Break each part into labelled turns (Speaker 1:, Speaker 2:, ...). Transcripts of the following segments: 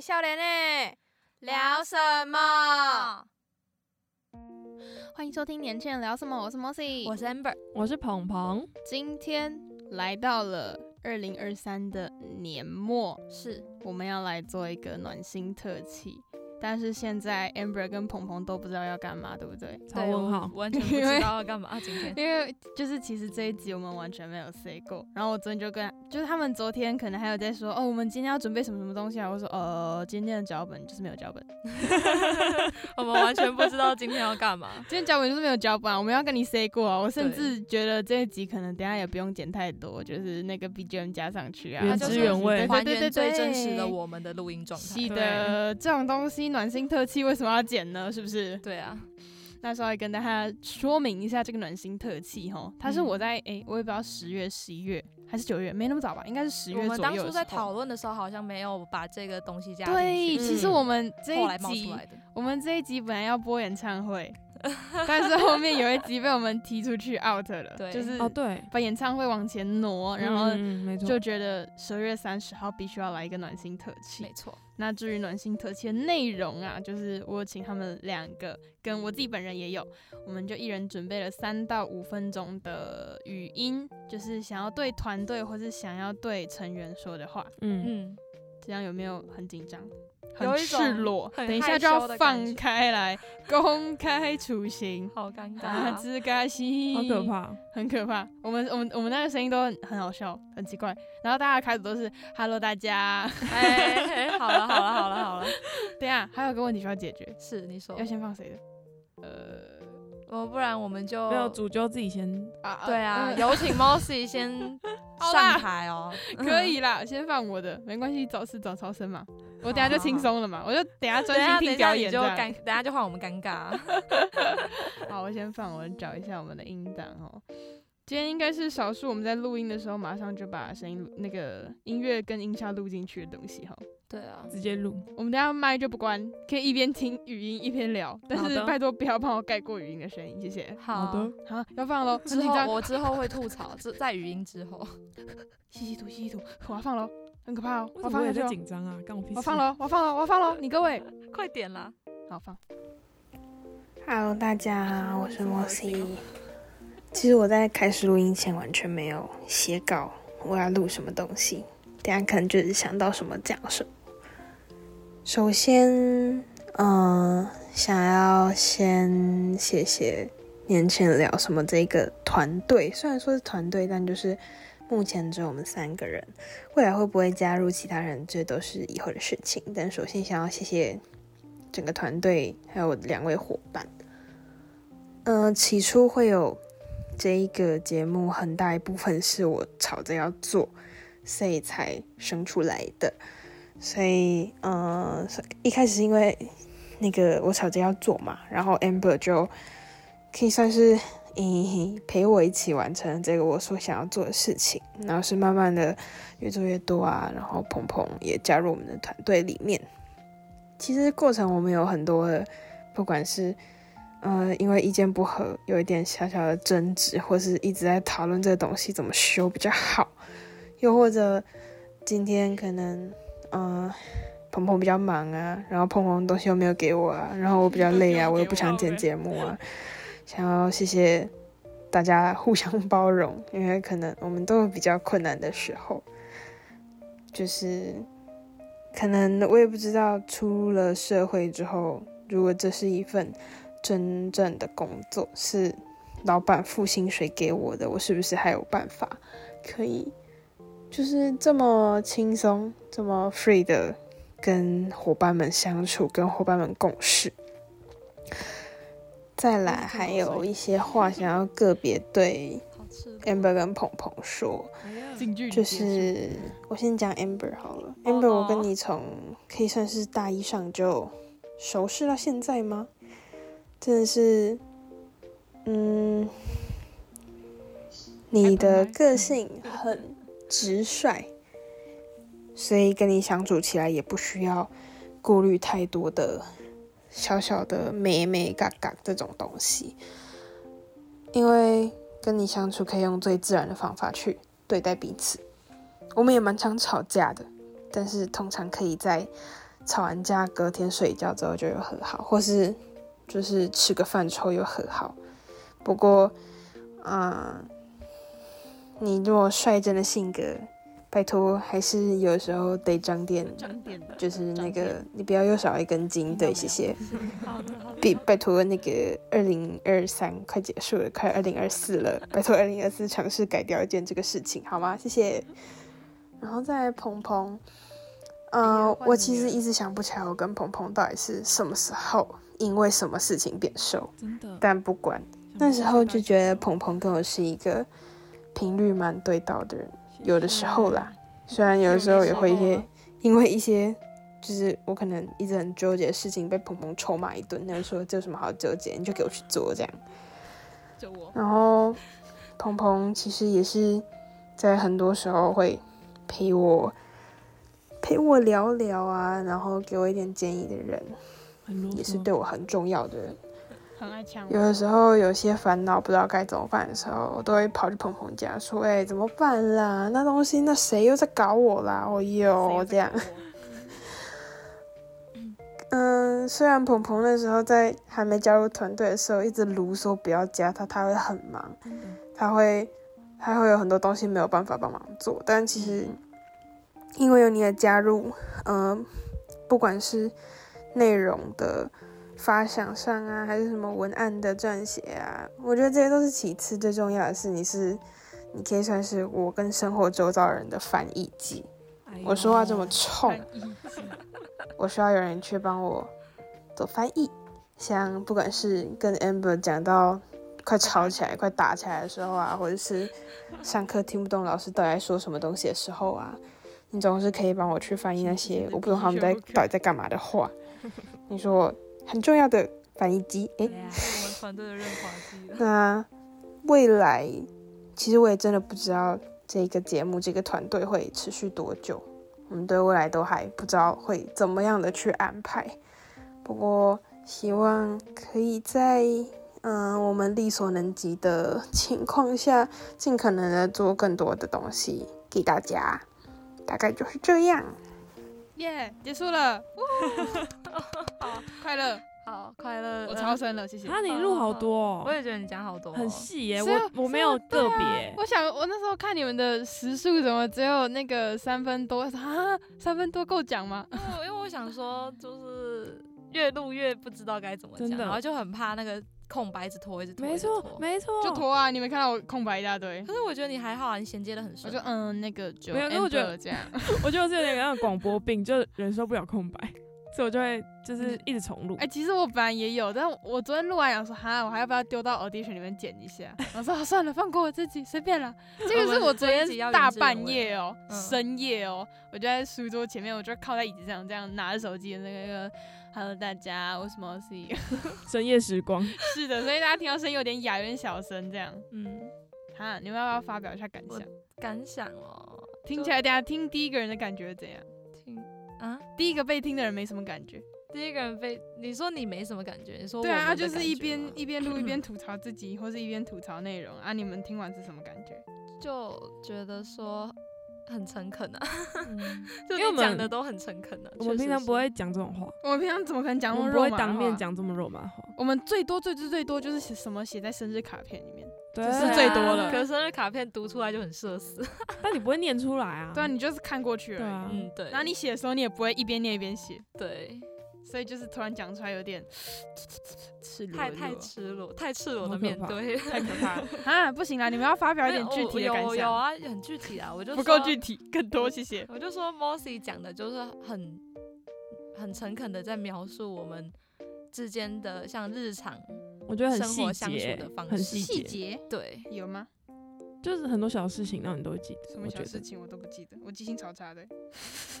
Speaker 1: 少年诶，聊什么？欢迎收听《年轻人聊什么》，我是 Mossy，
Speaker 2: 我是 Amber，
Speaker 3: 我是鹏鹏，
Speaker 1: 今天来到了二零二三的年末，
Speaker 2: 是
Speaker 1: 我们要来做一个暖心特辑。但是现在 Amber 跟鹏鹏都不知道要干嘛，对不对？
Speaker 3: 曹文浩，
Speaker 2: 完全不知道要干嘛。今天
Speaker 1: 因为就是其实这一集我们完全没有 say 过，然后我昨天就跟就是他们昨天可能还有在说哦，我们今天要准备什么什么东西啊？我说呃，今天的脚本就是没有脚本，。
Speaker 2: 我们完全不知道今天要干嘛
Speaker 1: 今天脚本就是没有脚本、啊，我们要跟你 say 过啊。我甚至觉得这一集可能等一下也不用剪太多，就是那个 BGM 加上去啊，
Speaker 3: 原
Speaker 1: 就
Speaker 3: 汁
Speaker 1: 是
Speaker 3: 原味
Speaker 2: 还
Speaker 1: 对对对
Speaker 2: 原最真实的
Speaker 1: 对
Speaker 2: 我们的录音状态
Speaker 1: 是。的，这种东西暖心特辑为什么要剪呢？是不是？
Speaker 2: 对啊，
Speaker 1: 那稍微跟大家说明一下这个暖心特辑哈，它是
Speaker 2: 嗯
Speaker 1: 我在诶、我也不知道十月、十一月还是九月，没那么早吧，应该是十月
Speaker 2: 我
Speaker 1: 左
Speaker 2: 们
Speaker 1: 右的时
Speaker 2: 当初
Speaker 1: 候。
Speaker 2: 在讨论的时候，好像没有把这个东西加进
Speaker 1: 对，
Speaker 2: 去，
Speaker 1: 其实
Speaker 3: 嗯
Speaker 1: 我们这
Speaker 2: 后
Speaker 1: 一
Speaker 2: 来冒出
Speaker 1: 集，
Speaker 2: 来的。
Speaker 1: 我们这一集本来要播演唱会， 但是后面有一集被我们踢出去 out 了，
Speaker 2: 对
Speaker 1: 就是
Speaker 3: 哦对，
Speaker 1: 把演唱会往前挪，嗯哦然后
Speaker 3: 嗯没错，
Speaker 1: 就觉得十二月三十号必须要来一个暖心特辑
Speaker 2: 没。错，
Speaker 1: 那至于暖心特辑的内容啊，就是我有请他们两个，跟我自己本人也有，我们就一人准备了三到五分钟的语音，就是想要对团队或是想要对成员说的话。
Speaker 3: 嗯，
Speaker 2: 嗯，
Speaker 1: 这样有没有很紧张？
Speaker 2: 有
Speaker 1: 很
Speaker 2: 一种
Speaker 1: 赤裸，
Speaker 2: 很
Speaker 1: 等一下
Speaker 2: 害
Speaker 1: 就
Speaker 2: 羞
Speaker 1: 要
Speaker 2: 的感
Speaker 1: 放
Speaker 2: 觉
Speaker 1: 开来，公开处刑
Speaker 2: 。好尴
Speaker 1: 啊，
Speaker 2: 尬。
Speaker 1: 这个心
Speaker 3: 好可，怕，
Speaker 1: 很可怕。我们我们我们那个声音都很很好笑，很奇怪。然后大家的开始都是 “Hello，大家
Speaker 2: 哎，好了好了好了好了，”。
Speaker 1: 对啊，还有个问题需要解决，
Speaker 2: 是你说
Speaker 1: 要，先放谁的？呃
Speaker 2: 我不然我们就
Speaker 3: 没有主就自己先，
Speaker 1: 啊
Speaker 2: 对啊，
Speaker 1: 嗯
Speaker 2: 有请 Mossy 先
Speaker 1: 好啦
Speaker 2: 上台哦。
Speaker 1: 可以啦，先放我的，没关系，早是早超生嘛，我等下就
Speaker 2: 好好
Speaker 1: 轻松了嘛，我就等下
Speaker 2: 啊等一
Speaker 1: 专
Speaker 2: 下
Speaker 1: 心
Speaker 2: 等
Speaker 1: 听
Speaker 2: 一下
Speaker 1: 表
Speaker 2: 你
Speaker 1: 演
Speaker 2: 就
Speaker 1: 这样
Speaker 2: 尴，等一下就换我们尴尬。
Speaker 1: 好，我先放，我找一下我们的音档哦。今天应该是少数我们在录音的时候，马上就把声音录那个音乐跟音效录进去的东西哈。
Speaker 2: 对啊，
Speaker 3: 直接录，
Speaker 1: 我们等一下麦就不关，可以一边听语音一边聊，但
Speaker 3: 好
Speaker 1: 是
Speaker 3: 的
Speaker 1: 拜托不要帮我盖过语音的声音，谢谢。
Speaker 3: 好的，
Speaker 1: 好，要放喽，
Speaker 2: 之
Speaker 1: 很紧张
Speaker 2: 后我之后会吐槽，这在语音之后。
Speaker 1: 吸吸吐吸吸吐，我要放喽，很可怕哦，我
Speaker 3: 为
Speaker 1: 要
Speaker 3: 什么我
Speaker 1: 放下
Speaker 3: 也
Speaker 1: 去
Speaker 3: 在
Speaker 1: 哦，
Speaker 3: 紧张啊？干我屁事，
Speaker 1: 我放，喽，我放喽，我要放喽，你各位，
Speaker 2: 快点啦！
Speaker 1: 好放。
Speaker 4: Hello，大家好，我是莫西。其实我在开始录音前完全没有写稿，我要录什么东西，等一下可能就是想到什么讲什么。首先，嗯、想要先谢谢年轻人聊什么这个团队，虽然说是团队，但就是目前只有我们三个人，未来会不会加入其他人，这都是以后的事情。但首先想要谢谢整个团队还有我的两位伙伴。呃，起初会有这一个节目，很大一部分是我吵着要做，所以才生出来的。所以，呃，所一开始是因为那个我吵着要做嘛，然后 Amber 就可以算是嗯陪我一起完成这个我所想要做的事情，然后是慢慢的越做越多啊，然后鹏鹏也加入我们的团队里面。其实过程我们有很多的，不管是呃因为意见不合有一点小小的争执，或是一直在讨论这个东西怎么修比较好，又或者今天可能呃鹏鹏比较忙啊，然后鹏鹏东西又没有给我啊，然后我比较累啊，我又不想剪节目啊，想要谢谢大家互相包容，因为可能我们都有比较困难的时候，就是可能我也不知道，出了社会之后，如果这是一份真正的工作，是老板付薪水给我的，我是不是还有办法可以就是这么轻松、这么 free 的跟伙伴们相处，跟伙伴们共事？再来，还有一些话想要个别对
Speaker 2: 好吃
Speaker 4: Amber 跟鹏鹏说，
Speaker 3: 哎呀
Speaker 1: 警句
Speaker 4: 就
Speaker 1: 结束
Speaker 4: 是我先讲 Amber 好了。
Speaker 2: 哦
Speaker 4: Amber，我跟你从可以算是大一上就熟识到现在吗？真的是，嗯，你的个性很直率，所以跟你相处起来也不需要顾虑太多的小小的美美嘎嘎这种东西，因为跟你相处可以用最自然的方法去对待彼此。我们也蛮常吵架的，但是通常可以在吵完架隔天睡一觉之后就有和好，或是就是吃个饭之后又和好。不过，啊、你如果率真的性格，拜托还是有时候得长点，
Speaker 1: 长点的，
Speaker 4: 就是那
Speaker 1: 长点
Speaker 4: 个你不要又少一根筋。对，谢谢。
Speaker 2: 好的好的，
Speaker 4: 拜拜托，那个二零二三快结束了，快二零二四了，拜托二零二四尝试改掉一件这个事情，好吗？谢谢。然后再来鹏鹏，
Speaker 1: 哎呀
Speaker 4: 呃，
Speaker 1: 换
Speaker 4: 我
Speaker 1: 你
Speaker 4: 其实
Speaker 1: 了
Speaker 4: 一直想不起来我跟鹏鹏到底是什么时候因为什么事情变瘦，
Speaker 3: 真的。
Speaker 4: 但不管，
Speaker 1: 嗯
Speaker 4: 那时候就觉得鹏鹏跟我是一个频率蛮对到的人，有的时候啦，虽然有的时候啊也会一些因为一些就是我可能一直很纠结的事情被鹏鹏臭骂一顿，他就说这有什么好纠结，你就给我去做这样。
Speaker 1: 就我
Speaker 4: 然后鹏鹏其实也是在很多时候会陪我陪我聊聊啊，然后给我一点建议的人，
Speaker 3: 很啰嗦
Speaker 4: 也是对我很重要的人。
Speaker 1: 很爱抢
Speaker 4: 有
Speaker 1: 我，
Speaker 4: 的时候有些烦恼不知道该怎么办的时候，我都会跑去鹏鹏家说：“哎、怎么办啦？那东西那谁又在搞我啦？我有这样。”嗯，虽然鹏鹏那时候在还没加入团队的时候，一直卢说不要加他，他会很忙，他会他会有很多东西没有办法帮忙做。但其实因为有你的加入，嗯，不管是内容的发想上啊，还是什么文案的撰写啊，我觉得这些都是其次，最重要的是你是你可以算是我跟生活周遭人的翻译机。我说话这
Speaker 2: 哦
Speaker 4: 么冲
Speaker 1: 翻。译
Speaker 4: 我需要有人去帮我做翻译。像不管是跟 Amber 讲到快吵起来、快打起来的时候啊，或者是上课听不懂老师到底在说什么东西的时候啊，你总是可以帮我去翻译那些我不懂他们在到底在干嘛的话。你说我很重要的翻译机，诶、
Speaker 2: 是我们团队的润滑剂了。
Speaker 4: 那未来，其实我也真的不知道这个节目、这个团队会持续多久，我们对未来都还不知道会怎么样的去安排。不过，希望可以在嗯、呃我们力所能及的情况下，尽可能的做更多的东西给大家。大概就是这样。
Speaker 1: 耶，结束了，呜 好快 乐，
Speaker 2: 好，快乐。
Speaker 1: 我
Speaker 2: 呃
Speaker 1: 超神了，谢谢。
Speaker 3: 啊，你录好多哦，
Speaker 2: 我也觉得你讲好多哦，
Speaker 3: 很细耶，
Speaker 1: 是啊
Speaker 3: 我我没有个别，
Speaker 1: 我想，我那时候看你们的时数怎么只有那个三分多啊？三分多够讲吗？
Speaker 2: 因为我因为我想说，就是越录越不知道该怎么讲，
Speaker 3: 真的
Speaker 2: 然后就很怕那个空白一直拖，一直拖，一
Speaker 3: 没
Speaker 2: 直
Speaker 3: 错
Speaker 2: 拖
Speaker 3: 没错，
Speaker 1: 就拖啊！你没看到我空白一大 堆，
Speaker 2: 可是我觉得你还好啊，你衔接的很
Speaker 1: 我
Speaker 2: 顺
Speaker 1: 就。嗯，那个就
Speaker 3: 没有因为我觉得
Speaker 1: Amber 这样，
Speaker 3: 我就是有点像广播病，就忍受不了空白，所以我就会就是一直重录
Speaker 1: 哎、。其实我本来也有，但我昨天录完想说，哈，我还要不要丢到 audition 里面剪一下？我说、啊算了，放过我自己，随便啦。这
Speaker 3: 哦
Speaker 1: 个是我昨
Speaker 2: 这一集
Speaker 1: 天
Speaker 2: 要
Speaker 1: 大
Speaker 2: 原汁原
Speaker 1: 半
Speaker 3: 欸
Speaker 2: 味
Speaker 1: 夜哦、
Speaker 2: 嗯
Speaker 1: 深夜哦、我就在书桌前面，我就靠在椅子上，这样拿着手机，那个 Hello 大家，我是 Mossy。
Speaker 3: 深夜时光，
Speaker 1: 是的，所以大家听到声音有点哑，有点小声这样。
Speaker 2: 嗯，
Speaker 1: 哈，啊你们要不要发表一下感
Speaker 2: 我
Speaker 1: 想？
Speaker 2: 感想哦，
Speaker 1: 听起来，大家听第一个人的感觉怎样？
Speaker 2: 听啊，
Speaker 1: 第一个被听的人没什么感觉。
Speaker 2: 第一个人被你说你没什么感觉，你说
Speaker 1: 对啊，
Speaker 2: 我
Speaker 1: 他
Speaker 2: 们
Speaker 1: 就
Speaker 2: 的
Speaker 1: 是
Speaker 2: 感
Speaker 1: 一
Speaker 2: 觉
Speaker 1: 边
Speaker 2: 吗
Speaker 1: 一边 录一边吐槽自己，或是一边吐槽内容啊。你们听完是什么感觉？
Speaker 2: 就觉得说很诚恳 啊，就
Speaker 3: 因为我
Speaker 2: 你讲的
Speaker 3: 们
Speaker 2: 都很诚恳啊。
Speaker 3: 我们
Speaker 2: 确
Speaker 3: 平
Speaker 2: 实
Speaker 3: 常不
Speaker 2: 是
Speaker 3: 会讲这种话，
Speaker 1: 我们平常怎么可能讲
Speaker 3: 我
Speaker 1: 那么
Speaker 3: 们不
Speaker 1: 肉
Speaker 3: 会
Speaker 1: 麻
Speaker 3: 当面
Speaker 1: 话？
Speaker 3: 讲这么肉麻的话，
Speaker 1: 我们最多最最最多就是写什么写在生日卡片里面。
Speaker 3: 对
Speaker 1: 这
Speaker 3: 啊，
Speaker 1: 是最多了
Speaker 2: 可是生日卡片读出来就很社 死。
Speaker 3: 但你不会念出来啊。
Speaker 1: 啊对啊，你就是看过去
Speaker 3: 对
Speaker 1: 而已。
Speaker 3: 啊，
Speaker 2: 嗯，对。
Speaker 1: 然后你写的时候，你也不会一边念一边写，
Speaker 2: 对
Speaker 1: 所以就是突然讲出来有点 赤裸
Speaker 2: 太
Speaker 1: 裸
Speaker 2: 太赤裸，太赤裸
Speaker 3: 好
Speaker 2: 的
Speaker 3: 可
Speaker 2: 面
Speaker 3: 怕
Speaker 2: 对。
Speaker 1: 太可怕了 啊！不行啦，你们要发表一点具体的感
Speaker 2: 有有
Speaker 1: 想，
Speaker 2: 啊，很具体啊，我就
Speaker 1: 不够
Speaker 2: 说
Speaker 1: 具体，更多谢谢。
Speaker 2: 我就说 Mossy 讲的就是很很诚恳的在描述我们之间的像日常
Speaker 3: 我觉得很
Speaker 2: 生活
Speaker 3: 细
Speaker 2: 相
Speaker 3: 节
Speaker 2: 处的方，
Speaker 3: 很
Speaker 2: 式
Speaker 3: 细节，
Speaker 1: 节
Speaker 2: 对，
Speaker 1: 有吗？
Speaker 3: 就是很多小事情让你都 会记
Speaker 1: 什
Speaker 3: 得。
Speaker 1: 么
Speaker 3: 我
Speaker 1: 小
Speaker 3: 觉
Speaker 1: 事
Speaker 3: 得
Speaker 1: 情我都不记得，我记性超差的。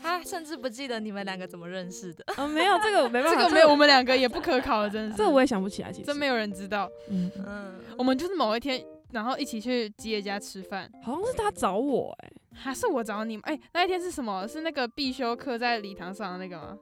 Speaker 2: 他啊甚至不记得你们两个怎么认识的，
Speaker 3: 啊，没有这个我没办
Speaker 1: 这
Speaker 3: 法，
Speaker 1: 个没有，我们两个也不可考了，真的是。
Speaker 3: 这我也想不起来，其实
Speaker 1: 真没有人知道。
Speaker 3: 嗯，
Speaker 2: 嗯，
Speaker 1: 我们就是某一天，然后一起去吉野家吃饭，
Speaker 3: 好像是他找我哎、
Speaker 1: 还是我找你们？哎、那一天是什么？是那个必修课在礼堂上的那个吗？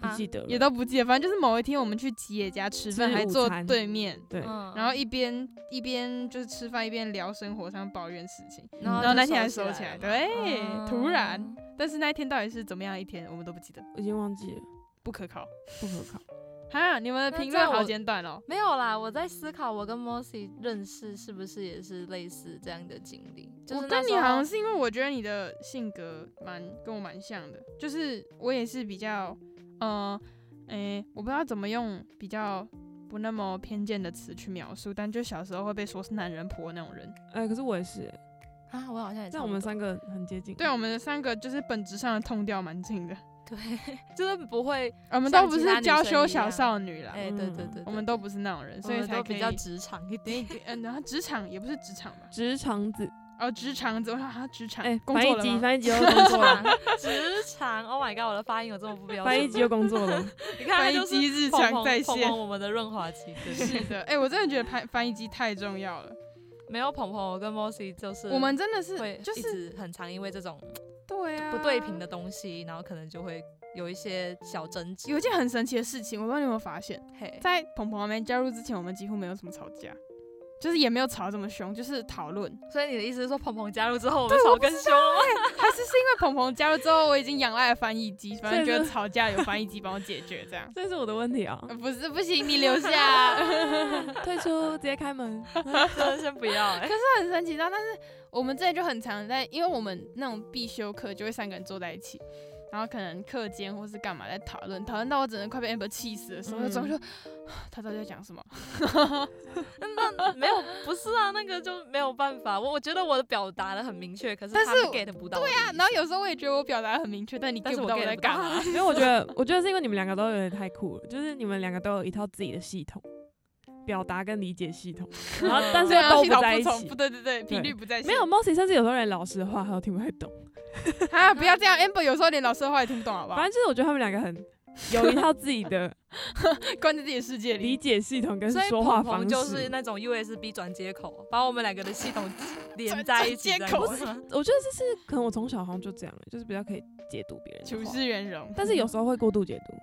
Speaker 3: 不
Speaker 2: 啊
Speaker 3: 记得了，
Speaker 1: 也都 不记得，反正就是某一天我们去吉野家吃饭，
Speaker 3: 吃
Speaker 1: 还
Speaker 3: 午
Speaker 1: 坐
Speaker 3: 餐
Speaker 1: 对面，
Speaker 3: 对，
Speaker 2: 嗯
Speaker 1: 然后一边一边就是吃饭一边聊生活上抱怨事情，
Speaker 2: 嗯然后
Speaker 1: 然
Speaker 2: 就
Speaker 1: 后那天还
Speaker 2: 收
Speaker 1: 收
Speaker 2: 起
Speaker 1: 起
Speaker 2: 来
Speaker 1: 来，
Speaker 2: 了嘛
Speaker 1: 对，
Speaker 2: 嗯
Speaker 1: 突然，但是那一天到底是怎么样一天，我们都不记得，
Speaker 3: 已经忘记了，
Speaker 1: 不可靠。
Speaker 3: 不可靠。
Speaker 1: 哈，你们的
Speaker 2: 那
Speaker 1: 评
Speaker 2: 这
Speaker 1: 论
Speaker 2: 样
Speaker 1: 好
Speaker 2: 我
Speaker 1: 简短哦。
Speaker 2: 没有啦，我在思考我跟 Mossy 认识是不是也是类似这样的经历。就是
Speaker 1: 我
Speaker 2: 那
Speaker 1: 跟你
Speaker 2: 时候
Speaker 1: 好像是因为我觉得你的性格蛮跟我蛮像的，就是我也是比较，呃，诶、我不知道怎么用比较不那么偏见的词去描述，但就小时候会被说是男人婆那种人。
Speaker 3: 哎，可是我也是，
Speaker 2: 啊，我好像也
Speaker 3: 但
Speaker 2: 差
Speaker 3: 我
Speaker 2: 不
Speaker 3: 们
Speaker 2: 多
Speaker 3: 三个很接近。
Speaker 1: 对，啊我们三个就是本质上的痛调蛮近的，
Speaker 2: 对，就是不会，
Speaker 1: 我们
Speaker 2: 像
Speaker 1: 都不
Speaker 2: 其
Speaker 1: 是
Speaker 2: 他女
Speaker 1: 娇
Speaker 2: 生
Speaker 1: 羞
Speaker 2: 一
Speaker 1: 小
Speaker 2: 样
Speaker 1: 少女啦，
Speaker 2: 哎、对对对
Speaker 3: 嗯
Speaker 2: 对
Speaker 1: 我们都
Speaker 2: 对
Speaker 1: 不是那种人，所
Speaker 2: 我
Speaker 1: 以
Speaker 2: 们
Speaker 1: 才
Speaker 2: 都
Speaker 1: 可以
Speaker 2: 比较职场一 点。
Speaker 1: 嗯，然后职场也不是职场吧，
Speaker 3: 直肠子，
Speaker 1: 哦，职场怎么说啊？职场
Speaker 3: 哎，
Speaker 1: 工
Speaker 3: 翻
Speaker 1: 作
Speaker 3: 译
Speaker 1: 了
Speaker 3: 机，
Speaker 1: 吗？
Speaker 3: 翻译机又 工作 了，
Speaker 2: 职场，Oh my god，我的发音有这么不标准吗？
Speaker 3: 翻译机又工作 了。
Speaker 2: 你看它
Speaker 1: 翻译
Speaker 2: 就是
Speaker 1: 机日
Speaker 2: 捧
Speaker 1: 常
Speaker 2: 捧
Speaker 1: 在
Speaker 2: 捧
Speaker 1: 线
Speaker 2: 捧我们的润滑期，对 对对
Speaker 1: 是的，哎，我真的觉得翻翻译机太重要了。
Speaker 2: 没有捧捧，我跟 Mossy 就是呃
Speaker 1: 我们真的是
Speaker 2: 会
Speaker 1: 就
Speaker 2: 一
Speaker 1: 是
Speaker 2: 直很常因为这种
Speaker 1: 对啊，
Speaker 2: 不对平的。东西，然后可能就会有一些小争执。
Speaker 1: 有一件很神奇的事情，我不知道你有没有发现，
Speaker 2: 嘿，
Speaker 1: 在鹏鹏还没加入之前，我们几乎没有什么吵架，就是也没有吵得这么凶，就是讨论。
Speaker 2: 所以你的意思是说，鹏鹏加入之后，我们吵更凶了吗？
Speaker 1: 还是是因为鹏鹏加入之后，我已经仰赖了翻译机，反正
Speaker 3: 所以
Speaker 1: 觉得
Speaker 3: 是
Speaker 1: 吵架有翻译机帮我解决
Speaker 3: 。
Speaker 1: 这样
Speaker 3: 这是我的问题 啊！
Speaker 1: 呃不是不行，你留下。
Speaker 3: 退出，直接开门。
Speaker 2: 真的先不要、 欸，
Speaker 1: 很神奇，然后但是我们之前就很常在，因为我们那种必修课就会三个人坐在一起，然后可能课间或是干嘛在讨论，讨论到我只能快被 Amber 气死的时候，我就总
Speaker 3: 嗯
Speaker 1: 说 他到底在讲什么？
Speaker 2: 那没有，不是啊，那个就没有办法。我我觉得我的表达的很明确，可是
Speaker 1: 但
Speaker 2: 他
Speaker 1: 是
Speaker 2: get 不到我的意思。对啊
Speaker 1: 然后有时候我也觉得我表达得很明确，但你
Speaker 2: 但
Speaker 1: get
Speaker 2: 是
Speaker 1: 不
Speaker 2: 我
Speaker 1: 到我
Speaker 2: get
Speaker 1: 在
Speaker 2: 不
Speaker 1: 干嘛。
Speaker 2: 到。
Speaker 3: 因为我觉得，我觉得是因为你们两个都有点太酷了，就是你们两个都有一套自己的系统，表达跟理解系统，然后 但是
Speaker 1: 对
Speaker 3: 又
Speaker 1: 啊，
Speaker 3: 都
Speaker 1: 系
Speaker 3: 不
Speaker 1: 统
Speaker 3: 在
Speaker 1: 不
Speaker 3: 一
Speaker 1: 重复，
Speaker 3: 起。
Speaker 1: 对对对，频
Speaker 3: 对
Speaker 1: 率不在线。
Speaker 3: 没有 Mossy，甚至有时候连老师的话他都听不太懂。
Speaker 1: 啊，不要这样，Amber 有时候连老师的话也听不懂，好不好
Speaker 3: 反？正就是我觉得他们两个很有一套自己的
Speaker 1: 关在自己的世界
Speaker 3: 理
Speaker 1: 里。
Speaker 3: 解系统跟
Speaker 2: 所以
Speaker 3: 说话
Speaker 2: 鹏
Speaker 3: 方
Speaker 2: 鹏
Speaker 3: 式。
Speaker 2: 就是那种 USB 转接口，把我们两个的系统连在一起
Speaker 1: 转
Speaker 2: 这样
Speaker 1: 接口
Speaker 2: 子 吗。
Speaker 3: 我觉得这是可能我从小好像就这样，就是比较可以解读别人的
Speaker 1: 处
Speaker 3: 话，
Speaker 1: 事圆融，
Speaker 3: 但是有时候会过度解读。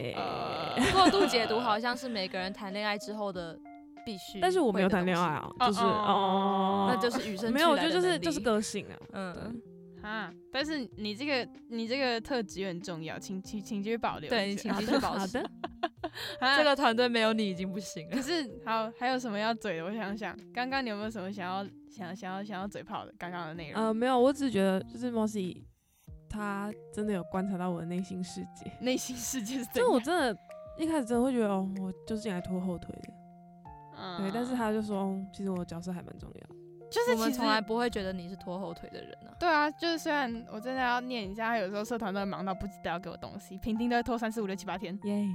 Speaker 3: 哎、
Speaker 1: 呃，
Speaker 2: 过度解读好像是每个人谈恋爱之后的必须，
Speaker 3: 但是我没有谈恋爱，啊，就是
Speaker 1: 哦哦哦
Speaker 3: 哦，
Speaker 2: 那就是与生
Speaker 3: 没有，我
Speaker 2: 俱
Speaker 3: 觉
Speaker 2: 来的
Speaker 3: 得就是
Speaker 2: 能力
Speaker 3: 就是个性 啊。
Speaker 2: 嗯，
Speaker 1: 啊，但是你这个你这个特质也很重要，请请请继续保留一下。
Speaker 2: 对，你请继续保
Speaker 3: 好
Speaker 2: 持
Speaker 3: 的。，
Speaker 1: 啊
Speaker 2: 这个团队没有你已经不行了
Speaker 1: 可。是好，还有什么要嘴的？我想想，刚刚你有没有什么想要想想要想要嘴炮的？刚刚的内容，
Speaker 3: 呃，没有，我只是觉得就是 Mossy，他真的有观察到我的内心世界，
Speaker 1: 内心世界是怎
Speaker 3: 就我
Speaker 1: 样？
Speaker 3: 真的一开始真的会觉得哦，我就是进来拖后腿的，
Speaker 1: 嗯
Speaker 3: 对，但是他就说，哦其实我的角色还蛮重要，
Speaker 1: 就是
Speaker 2: 我们
Speaker 1: 其实
Speaker 2: 从来不会觉得你是拖后腿的人啊。
Speaker 1: 对啊，就是虽然我真的要念一下，他有时候社团都会忙到不知道要给我东西，平听都会拖三四五六七八天，
Speaker 3: 耶、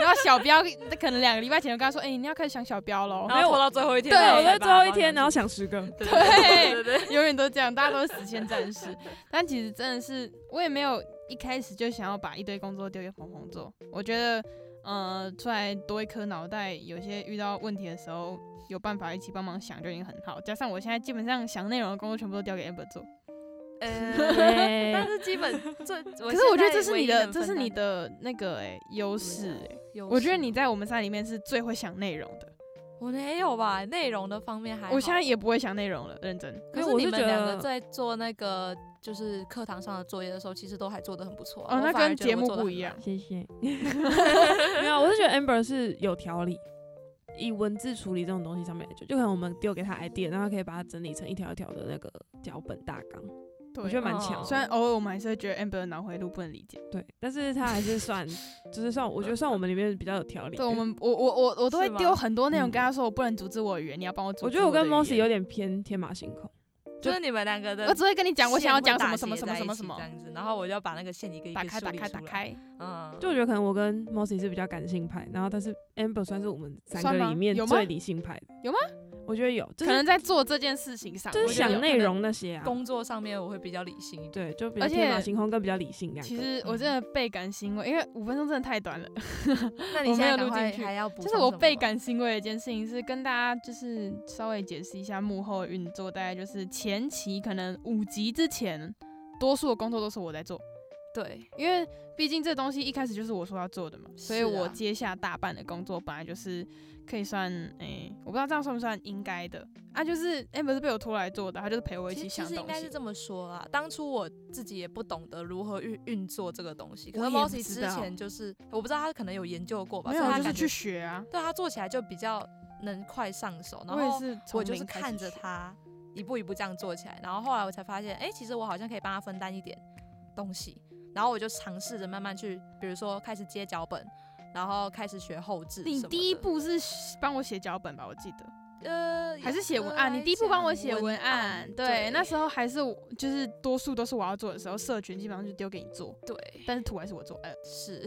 Speaker 1: 然后小标可能两个礼拜前就跟他说，哎、你要开始想小标喽，
Speaker 2: 然后拖到最后一天，
Speaker 1: 对
Speaker 2: 然
Speaker 3: 我
Speaker 2: 后
Speaker 1: 我
Speaker 3: 在
Speaker 2: 才
Speaker 3: 最
Speaker 2: 把
Speaker 3: 后
Speaker 2: 它
Speaker 3: 一天，然
Speaker 2: 放
Speaker 3: 后
Speaker 2: 进
Speaker 3: 想十个，
Speaker 2: 去对对对对对，
Speaker 1: 永远都这样，大家都是死线战士。但其实真的是，我也没有一开始就想要把一堆工作丢给鹏鹏做。我觉得，呃，出来多一颗脑袋，有些遇到问题的时候有办法一起帮忙想就已经很好。加上我现在基本上想内容的工作全部都交给 Amber 做，
Speaker 2: 呃，但是基本最，可
Speaker 1: 可是我觉得这是你的，这是你的那个哎、优势哎。我觉得你在我们仨里面是最会想内容的，
Speaker 2: 我没有吧，内容的方面还好
Speaker 1: 我现在也不会想内容了，认真。
Speaker 2: 可
Speaker 3: 因
Speaker 2: 是
Speaker 3: 为我
Speaker 2: 你
Speaker 3: 是
Speaker 2: 们
Speaker 3: 觉
Speaker 2: 两个
Speaker 3: 得
Speaker 2: 在做那个就是课堂上的作业的时候，其实都还做的很不错啊、
Speaker 1: 哦，
Speaker 2: 我
Speaker 1: 那
Speaker 2: 反而
Speaker 1: 跟
Speaker 2: 觉得
Speaker 1: 节
Speaker 2: 我
Speaker 1: 目
Speaker 2: 做得
Speaker 1: 不
Speaker 2: 很
Speaker 1: 一样
Speaker 2: 烂。
Speaker 3: 谢 谢。 没有，我是觉得 Amber 是有条理，以文字处理这种东西上面来讲，就可能我们丢给他 idea，然后他可以把它整理成一条一条的那个脚本大纲，我
Speaker 1: 对
Speaker 3: 觉得，蛮强
Speaker 2: 哦
Speaker 3: 的。
Speaker 1: 虽然偶尔我们还是会觉得 Amber 的脑回路不能理解。
Speaker 3: 对，但是他还是算，就是算，我觉得算我们里面比较有条理的。
Speaker 1: 对我们，我我我我都会
Speaker 2: 是吗
Speaker 1: 丢很多内容
Speaker 3: 嗯
Speaker 1: 跟他说，我不能阻止我的语言，你要帮我阻止
Speaker 3: 我觉得我跟
Speaker 1: 的语
Speaker 3: Mossy 有
Speaker 1: 言，
Speaker 3: 点偏天马行空，
Speaker 2: 就是你们两个的
Speaker 1: 我只会跟你讲我想要
Speaker 2: 线会
Speaker 1: 讲什
Speaker 2: 打
Speaker 1: 么什么
Speaker 2: 结
Speaker 1: 什么
Speaker 2: 在
Speaker 1: 什
Speaker 2: 一
Speaker 1: 么
Speaker 2: 起
Speaker 1: 什么
Speaker 2: 这，样子，然后我就要把那个线一个一个
Speaker 1: 打开
Speaker 2: 梳
Speaker 1: 打
Speaker 2: 理
Speaker 1: 开
Speaker 2: 出
Speaker 1: 打
Speaker 2: 来，
Speaker 1: 开，
Speaker 2: 嗯，
Speaker 3: 就我觉得可能我跟 Mossy 是比较感性派，然后但是 Amber 算是我们三
Speaker 1: 算
Speaker 3: 个
Speaker 1: 吗
Speaker 3: 里面
Speaker 1: 有吗
Speaker 3: 最理性派的，
Speaker 1: 有吗？
Speaker 3: 我觉得有，就
Speaker 1: 可
Speaker 3: 是
Speaker 1: 能在做这件事情上，
Speaker 3: 就是
Speaker 1: 我觉得
Speaker 3: 想
Speaker 1: 有
Speaker 3: 内容那些啊，
Speaker 2: 工作上面我会比较理性一点。
Speaker 3: 对，就比较
Speaker 1: 而且
Speaker 3: 天马行空跟比较理性两个。嗯
Speaker 1: 其实我真的倍感欣慰，因为五分钟真的太短了。
Speaker 2: 那你
Speaker 1: 我
Speaker 2: 现
Speaker 1: 没
Speaker 2: 在
Speaker 1: 有
Speaker 2: 赶
Speaker 1: 录
Speaker 2: 快
Speaker 1: 进去
Speaker 2: 还要补
Speaker 1: 就
Speaker 2: 充
Speaker 1: 是
Speaker 2: 什么
Speaker 1: 我
Speaker 2: 吗，
Speaker 1: 倍感欣慰的一件事情是跟大家就是稍微解释一下幕后运作，大概就是前期可能五集之前，多数的工作都是我在做，
Speaker 2: 对，
Speaker 1: 因为毕竟这东西一开始就是我说要做的嘛，所以
Speaker 2: 是
Speaker 1: 我
Speaker 2: 啊
Speaker 1: 接下大半的工作本来就是可以算，诶、我不知道这样算不算应该的啊，就是诶，不是被我拖来做的，他就是陪我一
Speaker 2: 其
Speaker 1: 起
Speaker 2: 实其
Speaker 1: 想
Speaker 2: 实应
Speaker 1: 东
Speaker 2: 该是
Speaker 1: 西。
Speaker 2: 这么说啦。当初我自己也不懂得如何运运作这个东西，可
Speaker 1: 我
Speaker 2: 是
Speaker 1: 也不
Speaker 2: Mossy
Speaker 1: 知
Speaker 2: 之
Speaker 1: 道
Speaker 2: 前就是我不知道他可能有研究过吧，
Speaker 1: 没
Speaker 2: 所以
Speaker 1: 有，
Speaker 2: 他
Speaker 1: 就是
Speaker 2: 感
Speaker 1: 去
Speaker 2: 觉
Speaker 1: 学啊。
Speaker 2: 对他做起来就比较能快上手。然
Speaker 1: 我也
Speaker 2: 后
Speaker 1: 是从
Speaker 2: 我就是
Speaker 1: 零开
Speaker 2: 看
Speaker 1: 始
Speaker 2: 着
Speaker 1: 学，
Speaker 2: 他一步一步这样做起来，然后后来我才发现，哎、其实我好像可以帮他分担一点东西，然后我就尝试着慢慢去，比如说开始接脚本，然后开始学后置。
Speaker 1: 你第一，步是写帮我写脚本吧？我记得
Speaker 2: 呃，
Speaker 1: 还是写文案。
Speaker 2: 呃
Speaker 1: 你第一步帮我
Speaker 2: 来
Speaker 1: 写
Speaker 2: 讲
Speaker 1: 文案
Speaker 2: 案，，
Speaker 1: 对，那时候还是我就是多数都是我要做的时候，社群基本上就丢给你 做，
Speaker 2: 对
Speaker 1: 但是图还是我做， 呃，
Speaker 2: 是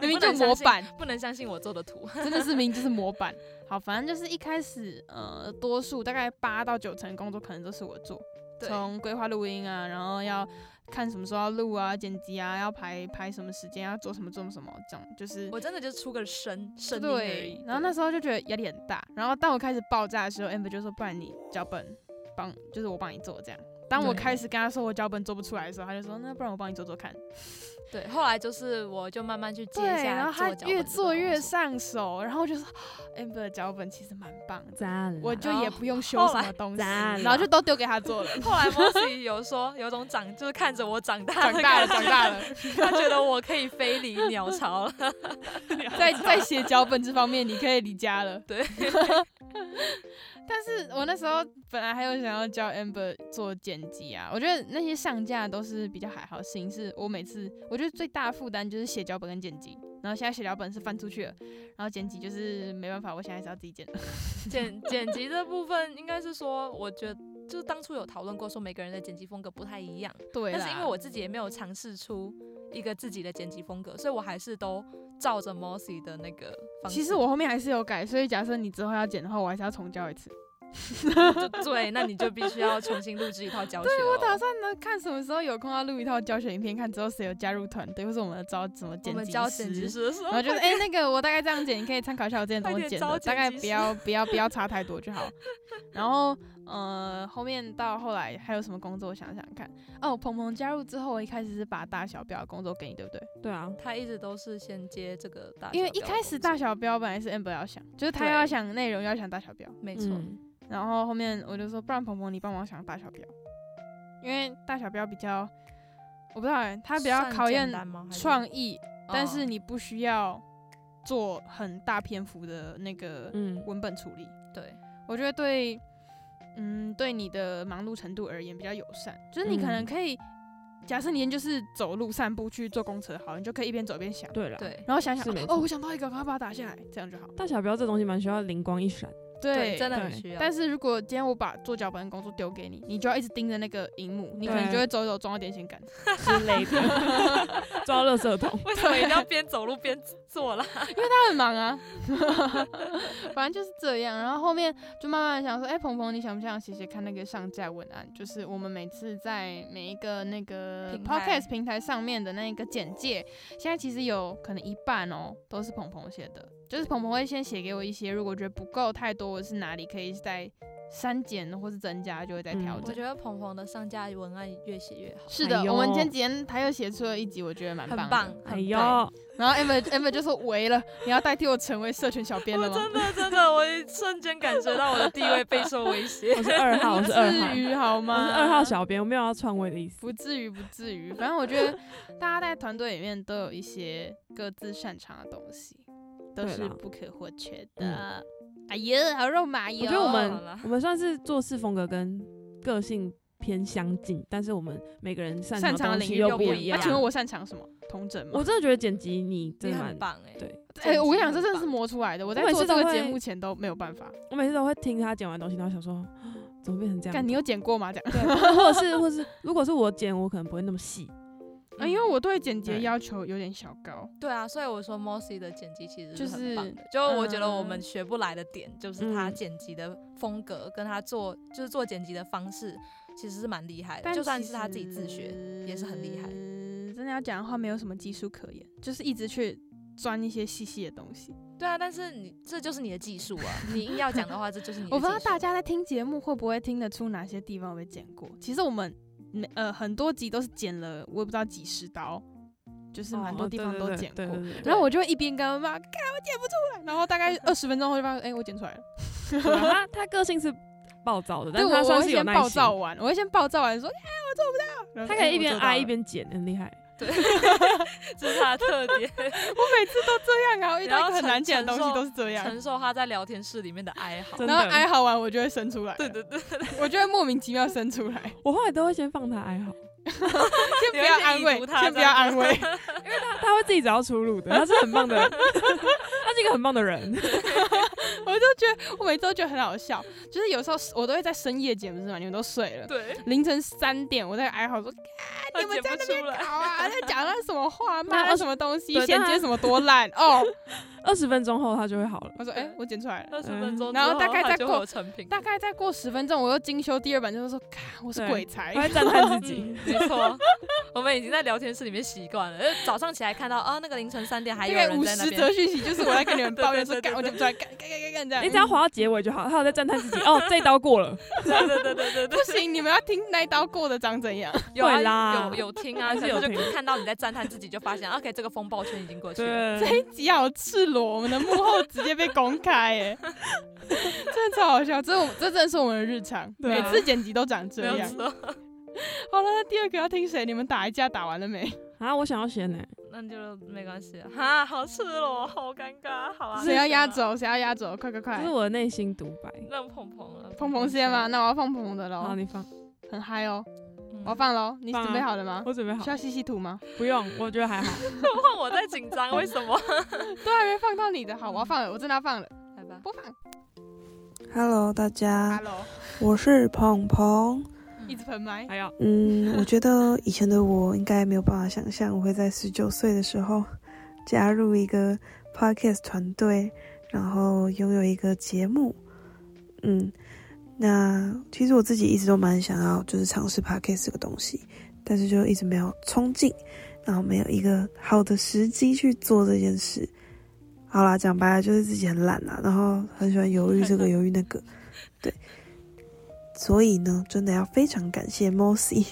Speaker 1: 明明
Speaker 2: 不
Speaker 1: 就
Speaker 2: 能相
Speaker 1: 模
Speaker 2: 信
Speaker 1: 板，
Speaker 2: 不能相信我做的图。
Speaker 1: 真的是明明就是模板。好，反正就是一开始，呃，多数大概八到九成工作可能都是我做，
Speaker 2: 对，
Speaker 1: 从规划录音啊，然后要看什么时候要录啊、剪辑啊，要排排什么时间，要做什么做什么，这样就是
Speaker 2: 我真的就出个声声音而
Speaker 1: 对
Speaker 2: 已。。
Speaker 1: 然后那时候就觉得压力很大，然后当我开始爆炸的时候，amber 就说：“不然你脚本帮，就是我帮你做这样。”当我
Speaker 2: 对
Speaker 1: 开始跟他说我脚本做不出来的时候，他就说：“那不然我帮你做做看。”
Speaker 2: 对，后来就是我就慢慢去接
Speaker 1: 对，
Speaker 2: 一下
Speaker 1: 然后他
Speaker 2: 脚本这
Speaker 1: 越
Speaker 2: 个
Speaker 1: 做
Speaker 2: 工
Speaker 1: 越
Speaker 2: 作
Speaker 1: 上手，然后我就说 amber 的脚本其实蛮棒的。
Speaker 3: 赞
Speaker 1: 我就
Speaker 2: 然
Speaker 1: 也
Speaker 2: 后
Speaker 1: 不用修
Speaker 2: 后
Speaker 1: 什么
Speaker 2: 来
Speaker 1: 东西，
Speaker 3: 赞
Speaker 1: 然后
Speaker 3: 了
Speaker 1: 就都丢给他做了。
Speaker 2: 后来 Mossy 有说有种长，就是看着我长大
Speaker 1: 长
Speaker 2: 的
Speaker 1: 大
Speaker 2: 感
Speaker 1: 了，长
Speaker 2: 觉，
Speaker 1: 大 了，
Speaker 2: 他觉得我可以飞离鸟巢了。
Speaker 1: 在在写脚本这方面，你可以离家了。
Speaker 2: 对，
Speaker 1: 但是我那时候本来还有想要教 Amber 做剪辑啊，我觉得那些上架都是比较还好，形式我每次我觉得最大的负担就是写脚本跟剪辑，然后现在写脚本是翻出去了，然后剪辑就是没办法，我现在还是要自己剪。
Speaker 2: 剪剪辑这部分应该是说，我觉得就是当初有讨论过，说每个人的剪辑风格不太一样，
Speaker 1: 对啦，
Speaker 2: 但是因为我自己也没有尝试出一个自己的剪辑风格，所以我还是都照着 Mossy 的那个方式。
Speaker 1: 其实我后面还是有改，所以假设你之后要剪的话，我还是要重教一次。
Speaker 2: 就 对，那你就必须要重新录制一套教学
Speaker 1: 对
Speaker 2: 了。
Speaker 1: 我打算呢，看什么时候有空要录一套教学影片，看之后谁有加入团队，或者我们招怎么
Speaker 2: 我
Speaker 1: 剪
Speaker 2: 们
Speaker 1: 辑
Speaker 2: 教剪辑
Speaker 1: 师。
Speaker 2: 师的时候，
Speaker 1: 然后就是，哎、那个我大概这样剪，你可以参考一下我之前怎么
Speaker 2: 快点
Speaker 1: 剪
Speaker 2: 招
Speaker 1: 的，大
Speaker 2: 剪
Speaker 1: 概
Speaker 2: 辑
Speaker 1: 不
Speaker 2: 师
Speaker 1: 要不要不要差太多就 好。然后，呃，后面到后来还有什么工作？我想想看。哦，鹏鹏加入之后，我一开始是把大小标的工作给你，对不对？
Speaker 3: 对啊，
Speaker 2: 他一直都是先接这个大小标的工作，
Speaker 1: 因为一开始大小标本来是 amber 要想，就是他要
Speaker 2: 对
Speaker 1: 想内容，要想大小标。
Speaker 2: 没错，
Speaker 3: 嗯，
Speaker 1: 然后后面我就说，不然鹏鹏你帮忙想大小标，因为大小标比较，我不知道、欸，它比较
Speaker 2: 算
Speaker 1: 考
Speaker 2: 简
Speaker 1: 验
Speaker 2: 单吗还是
Speaker 1: 创意，但是
Speaker 2: 嗯
Speaker 1: 你不需要做很大篇幅的那个
Speaker 3: 嗯
Speaker 1: 文本处理。
Speaker 2: 对
Speaker 1: 我觉得对，嗯，对你的忙碌程度而言比较友善，就是你可能
Speaker 3: 嗯
Speaker 1: 可以，假设你今天就是走路散步去坐公车，好，你就可以一边走一边想。
Speaker 3: 对了，
Speaker 2: 对
Speaker 1: 然后想想
Speaker 3: 是没
Speaker 1: 哦，
Speaker 3: 错
Speaker 1: 我想到一个，赶快把它打下来，这样就好。
Speaker 3: 大小标这东西蛮需要灵光 一闪，
Speaker 1: 对，
Speaker 2: 真的
Speaker 3: 对
Speaker 2: 很需要。
Speaker 1: 但是如果今天我把做脚本的工作丢给你，你就要一直盯着那个荧幕，你可能
Speaker 3: 对
Speaker 1: 就会走一走撞到电线杆。
Speaker 3: 之类的， 抓垃圾桶，
Speaker 2: 为什么一定要边走路边做啦？
Speaker 1: 他很忙啊， 反正就是这样。然后后面就慢慢地想说，哎、鹏鹏，你想不想写写看那个上架文案？就是我们每次在每一个那个
Speaker 2: 平台
Speaker 1: podcast 平台上面的那个简介，现在其实有可能一半哦都是鹏鹏写的，就是鹏鹏会先写给我一些，如果觉得不够太多，我是哪里可以再删减或是增加，就会再调
Speaker 3: 嗯
Speaker 1: 整
Speaker 2: 我。觉得鹏鹏的上架文案越写越好，
Speaker 1: 是的，
Speaker 3: 哎呦
Speaker 1: 我们前几天他又写出了一集，我觉得蛮
Speaker 2: 很
Speaker 1: 棒的。
Speaker 2: 棒。
Speaker 3: 哎
Speaker 2: 很
Speaker 3: 呦，
Speaker 2: 棒
Speaker 1: 然后 Amber Amber 就说：“喂了，你要代替我成为社群小编
Speaker 2: 我
Speaker 1: 了吗
Speaker 2: 真的哦真的，我一瞬间感觉到我的地位备受威胁。
Speaker 3: 我是二？”号，我
Speaker 1: 不
Speaker 3: 是二号
Speaker 1: 啊至，于好
Speaker 3: 我
Speaker 1: 吗？
Speaker 3: 是二号，小编，我没有要篡位的意思。
Speaker 1: 不至于，不至于。反正我觉得大家在团队里面都有一些各自擅长的东西，都
Speaker 3: 对
Speaker 1: 是
Speaker 3: 啦
Speaker 1: 不可或缺的。哎呀，好肉麻哟！
Speaker 3: 我觉得我
Speaker 2: 好啦
Speaker 3: 们我们算是做事风格跟个性偏相近，但是我们每个人擅
Speaker 1: 擅
Speaker 3: 长
Speaker 1: 长的领
Speaker 3: 的
Speaker 1: 域
Speaker 3: 东西
Speaker 1: 又
Speaker 3: 不
Speaker 1: 不
Speaker 3: 一
Speaker 1: 样。
Speaker 3: 样。
Speaker 1: 那啊请问我擅长什么？同整吗
Speaker 3: 我？真的觉得剪辑你真
Speaker 2: 你
Speaker 3: 的
Speaker 2: 很
Speaker 3: 蛮
Speaker 2: 棒哎、
Speaker 3: 对，
Speaker 1: 哎、我跟你讲，这
Speaker 2: 剪辑
Speaker 1: 真
Speaker 2: 很
Speaker 1: 的是
Speaker 2: 棒
Speaker 1: 磨出来的。我在
Speaker 3: 我每
Speaker 1: 做
Speaker 3: 次
Speaker 1: 这
Speaker 3: 都
Speaker 1: 个节
Speaker 3: 会
Speaker 1: 目前都没有办法。
Speaker 3: 我每次都会听他剪完东西，然后想说啊怎么变成这样
Speaker 1: 干，你
Speaker 3: 子。
Speaker 1: 有剪过吗？这样。
Speaker 3: 对，或者是或者是，如果是我剪，我可能不会那么细。
Speaker 1: 啊，因为我对剪辑的
Speaker 3: 对
Speaker 1: 要求有点小高。
Speaker 2: 对啊，所以我说 Mossy 的剪辑其实
Speaker 1: 就是
Speaker 2: 很棒的，
Speaker 1: 是
Speaker 2: 就我觉得我们学不来的点，就是他
Speaker 3: 嗯
Speaker 2: 剪辑的风格跟他做就是做剪辑的方式，其实是蛮厉害的，
Speaker 1: 但
Speaker 2: 就算
Speaker 1: 其
Speaker 2: 是他自己自学。
Speaker 1: 实
Speaker 2: 也是很厉害
Speaker 1: 嗯真的要讲的话，没有什么技术可言，就是一直去钻一些细细的东西。
Speaker 2: 对啊，但是你这就是你的技术啊，你硬要讲的话，这就是你的技
Speaker 1: 我
Speaker 2: 术。
Speaker 1: 不知道大家在听节目会不会听得出哪些地方有被剪过。其实我们每呃很多集都是剪了，我也不知道几十刀，就是蛮多地方都剪过。
Speaker 3: 哦对对对对
Speaker 1: 然后我就会一边跟他们骂，看我剪不出来，然后大 概二十分钟后就发现，哎、我剪出来了。
Speaker 3: 对对对他他个性是 暴躁的，但
Speaker 1: 对，我
Speaker 3: 是他
Speaker 1: 我
Speaker 3: 算
Speaker 1: 会
Speaker 3: 是有
Speaker 1: 先
Speaker 3: 耐
Speaker 1: 暴
Speaker 3: 心
Speaker 1: 躁。完，我会先暴躁完说，哎、我做不到。然后
Speaker 3: 他
Speaker 1: 就
Speaker 3: 可
Speaker 1: 哎
Speaker 3: 以一边
Speaker 1: 我做到
Speaker 3: 挨一
Speaker 1: 了
Speaker 3: 边剪，很厉害。
Speaker 2: 这是他的特点，
Speaker 1: 我每次都这样啊，遇到
Speaker 2: 然
Speaker 1: 一
Speaker 2: 后
Speaker 1: 个很
Speaker 2: 承
Speaker 1: 难剪的东
Speaker 2: 承
Speaker 1: 西
Speaker 2: 受
Speaker 1: 都是这样。
Speaker 2: 承受他在聊天室里面的哀嚎。
Speaker 3: 真
Speaker 1: 然后
Speaker 3: 的
Speaker 1: 哀嚎完，我就会生出来。
Speaker 2: 对，对对，
Speaker 1: 我就会莫名其妙生出 来。
Speaker 3: 我后来都会先放他哀嚎，
Speaker 1: 先不要安慰，
Speaker 2: 你会先移除他
Speaker 1: 先不要安慰。
Speaker 3: 他他会自己找到出路的，他是很棒的， 他是一个很棒的人。
Speaker 1: 我就觉得，我每次都觉得很好笑。就是有时候我都会在深夜剪，不是嘛？你们都睡了，
Speaker 2: 对，
Speaker 1: 凌晨三点，我在哀嚎说：“啊，你
Speaker 2: 他
Speaker 1: 们
Speaker 2: 剪
Speaker 1: 在
Speaker 2: 不
Speaker 1: 那边
Speaker 2: 出来
Speaker 1: 搞啊，在讲那什么话，骂
Speaker 3: 那
Speaker 1: 那
Speaker 3: 二
Speaker 1: 什么东西，
Speaker 3: 对
Speaker 1: 衔
Speaker 3: 但
Speaker 1: 接
Speaker 3: 他
Speaker 1: 什么多烂哦。
Speaker 3: 二十分钟后他就会好了”。
Speaker 1: 我说：“哎、我剪出来了。”
Speaker 2: 二十分钟之，
Speaker 1: 然后大概再
Speaker 2: 他就会
Speaker 1: 过
Speaker 2: 有成品，
Speaker 1: 大概再过十分钟，我又精修第二版，就是说，看我是
Speaker 3: 对
Speaker 1: 鬼才
Speaker 3: 我，会赞叹自己
Speaker 2: 嗯。， 没错，我们已经在聊天室里面习惯了。就是早上起来看到啊，那个凌晨三点还
Speaker 1: 大
Speaker 2: 有
Speaker 1: 概
Speaker 2: 人
Speaker 1: 五
Speaker 2: 在那
Speaker 1: 十
Speaker 2: 边
Speaker 1: 则，讯息，就是我在跟你们抱怨说，
Speaker 2: 对对对对
Speaker 1: 干我剪不出来，干干干干干这样。
Speaker 3: 你只要滑到结尾就好，他有在赞叹自己。哦，这一刀 过了，
Speaker 2: 对对对对对对
Speaker 1: 不，行，你们要听那一刀过的长怎样？
Speaker 2: 有啊
Speaker 3: 会啦
Speaker 2: 有有听啊，
Speaker 3: 还
Speaker 2: 可
Speaker 3: 是有
Speaker 2: 是
Speaker 3: 听
Speaker 2: 就看到你在赞叹自己，就发现啊 OK，这个风暴圈已经过去了。
Speaker 1: 这
Speaker 3: 对，
Speaker 1: 一集好赤裸，我们的幕后直接被公开耶， 真的超好笑。这我这真的是我们的日常，
Speaker 3: 对
Speaker 1: 每
Speaker 3: 啊
Speaker 1: 次剪辑都长这
Speaker 2: 没有
Speaker 1: 样。
Speaker 2: 错，
Speaker 1: 好了，那第二个要听谁？你们打一架打完了没？
Speaker 3: 啊，我想要先呢，
Speaker 2: 那就没关系啊。哈，好赤裸，好尴尬，好 啊。
Speaker 1: 谁要压
Speaker 2: 算了？
Speaker 1: 轴？谁要压轴？快快
Speaker 3: 这
Speaker 1: 快
Speaker 3: 是！我的内心独白。
Speaker 2: 让鹏鹏了，
Speaker 1: 鹏鹏先吗？那我要放鹏鹏的
Speaker 3: 好，
Speaker 1: 喽，
Speaker 3: 你放，
Speaker 1: 很嗨哦，
Speaker 2: 嗯？
Speaker 1: 我要放喽。你
Speaker 3: 放啊
Speaker 1: 准备好了吗？
Speaker 3: 我准备好
Speaker 1: 需，要吸吸吐吗？
Speaker 3: 不用，我觉得还好。
Speaker 2: 换 我在紧张，为什么？
Speaker 1: 都还啊没放到你的，好，我要放了，我真的要放了，
Speaker 2: 来吧，
Speaker 1: 播放。
Speaker 4: Hello，大家，
Speaker 1: Hello，
Speaker 4: 我是鹏鹏。
Speaker 1: 一直喷
Speaker 2: 哎
Speaker 1: 麦。
Speaker 3: 还要
Speaker 4: 嗯，我觉得以前的我应该没有办法想象，我会在十九岁的时候加入一个 podcast 团队，然后拥有一个节目。嗯，那其实我自己一直都蛮想要，就是尝试 podcast 这个东西，但是就一直没有冲劲，然后没有一个好的时机去做这件事。好啦，讲白了就是自己很懒啦、然后很喜欢犹豫这个犹豫那个，对。所以呢，真的要非常感谢 Mossy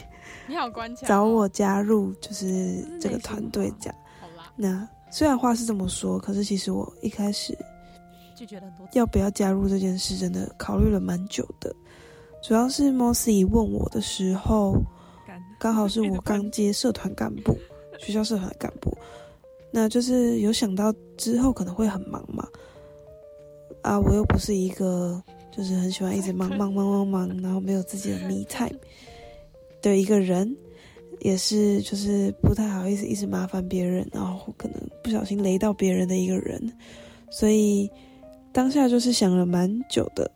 Speaker 1: 你好关卡。哦
Speaker 4: 找。我加入就是这个团队这样。
Speaker 1: 好啦，
Speaker 4: 那虽然话是这么说，可是其实我一开始
Speaker 2: 拒绝了很多次。
Speaker 4: 要不要加入这件事，真的考虑了蛮久的。主要是 Mossy 问我的时候，
Speaker 3: 干，
Speaker 4: 刚好是
Speaker 3: 一直
Speaker 4: 我
Speaker 3: 喷
Speaker 4: 刚接社团干部，学校社团干部，那就是有想到之后可能会很忙嘛，啊，我又不是一个就是很喜欢一直忙忙忙忙忙，然后没有自己的 me time 的一个人，也是就是不太好意思一直麻烦别人，然后可能不小心雷到别人的一个人，所以当下就是想了蛮久的，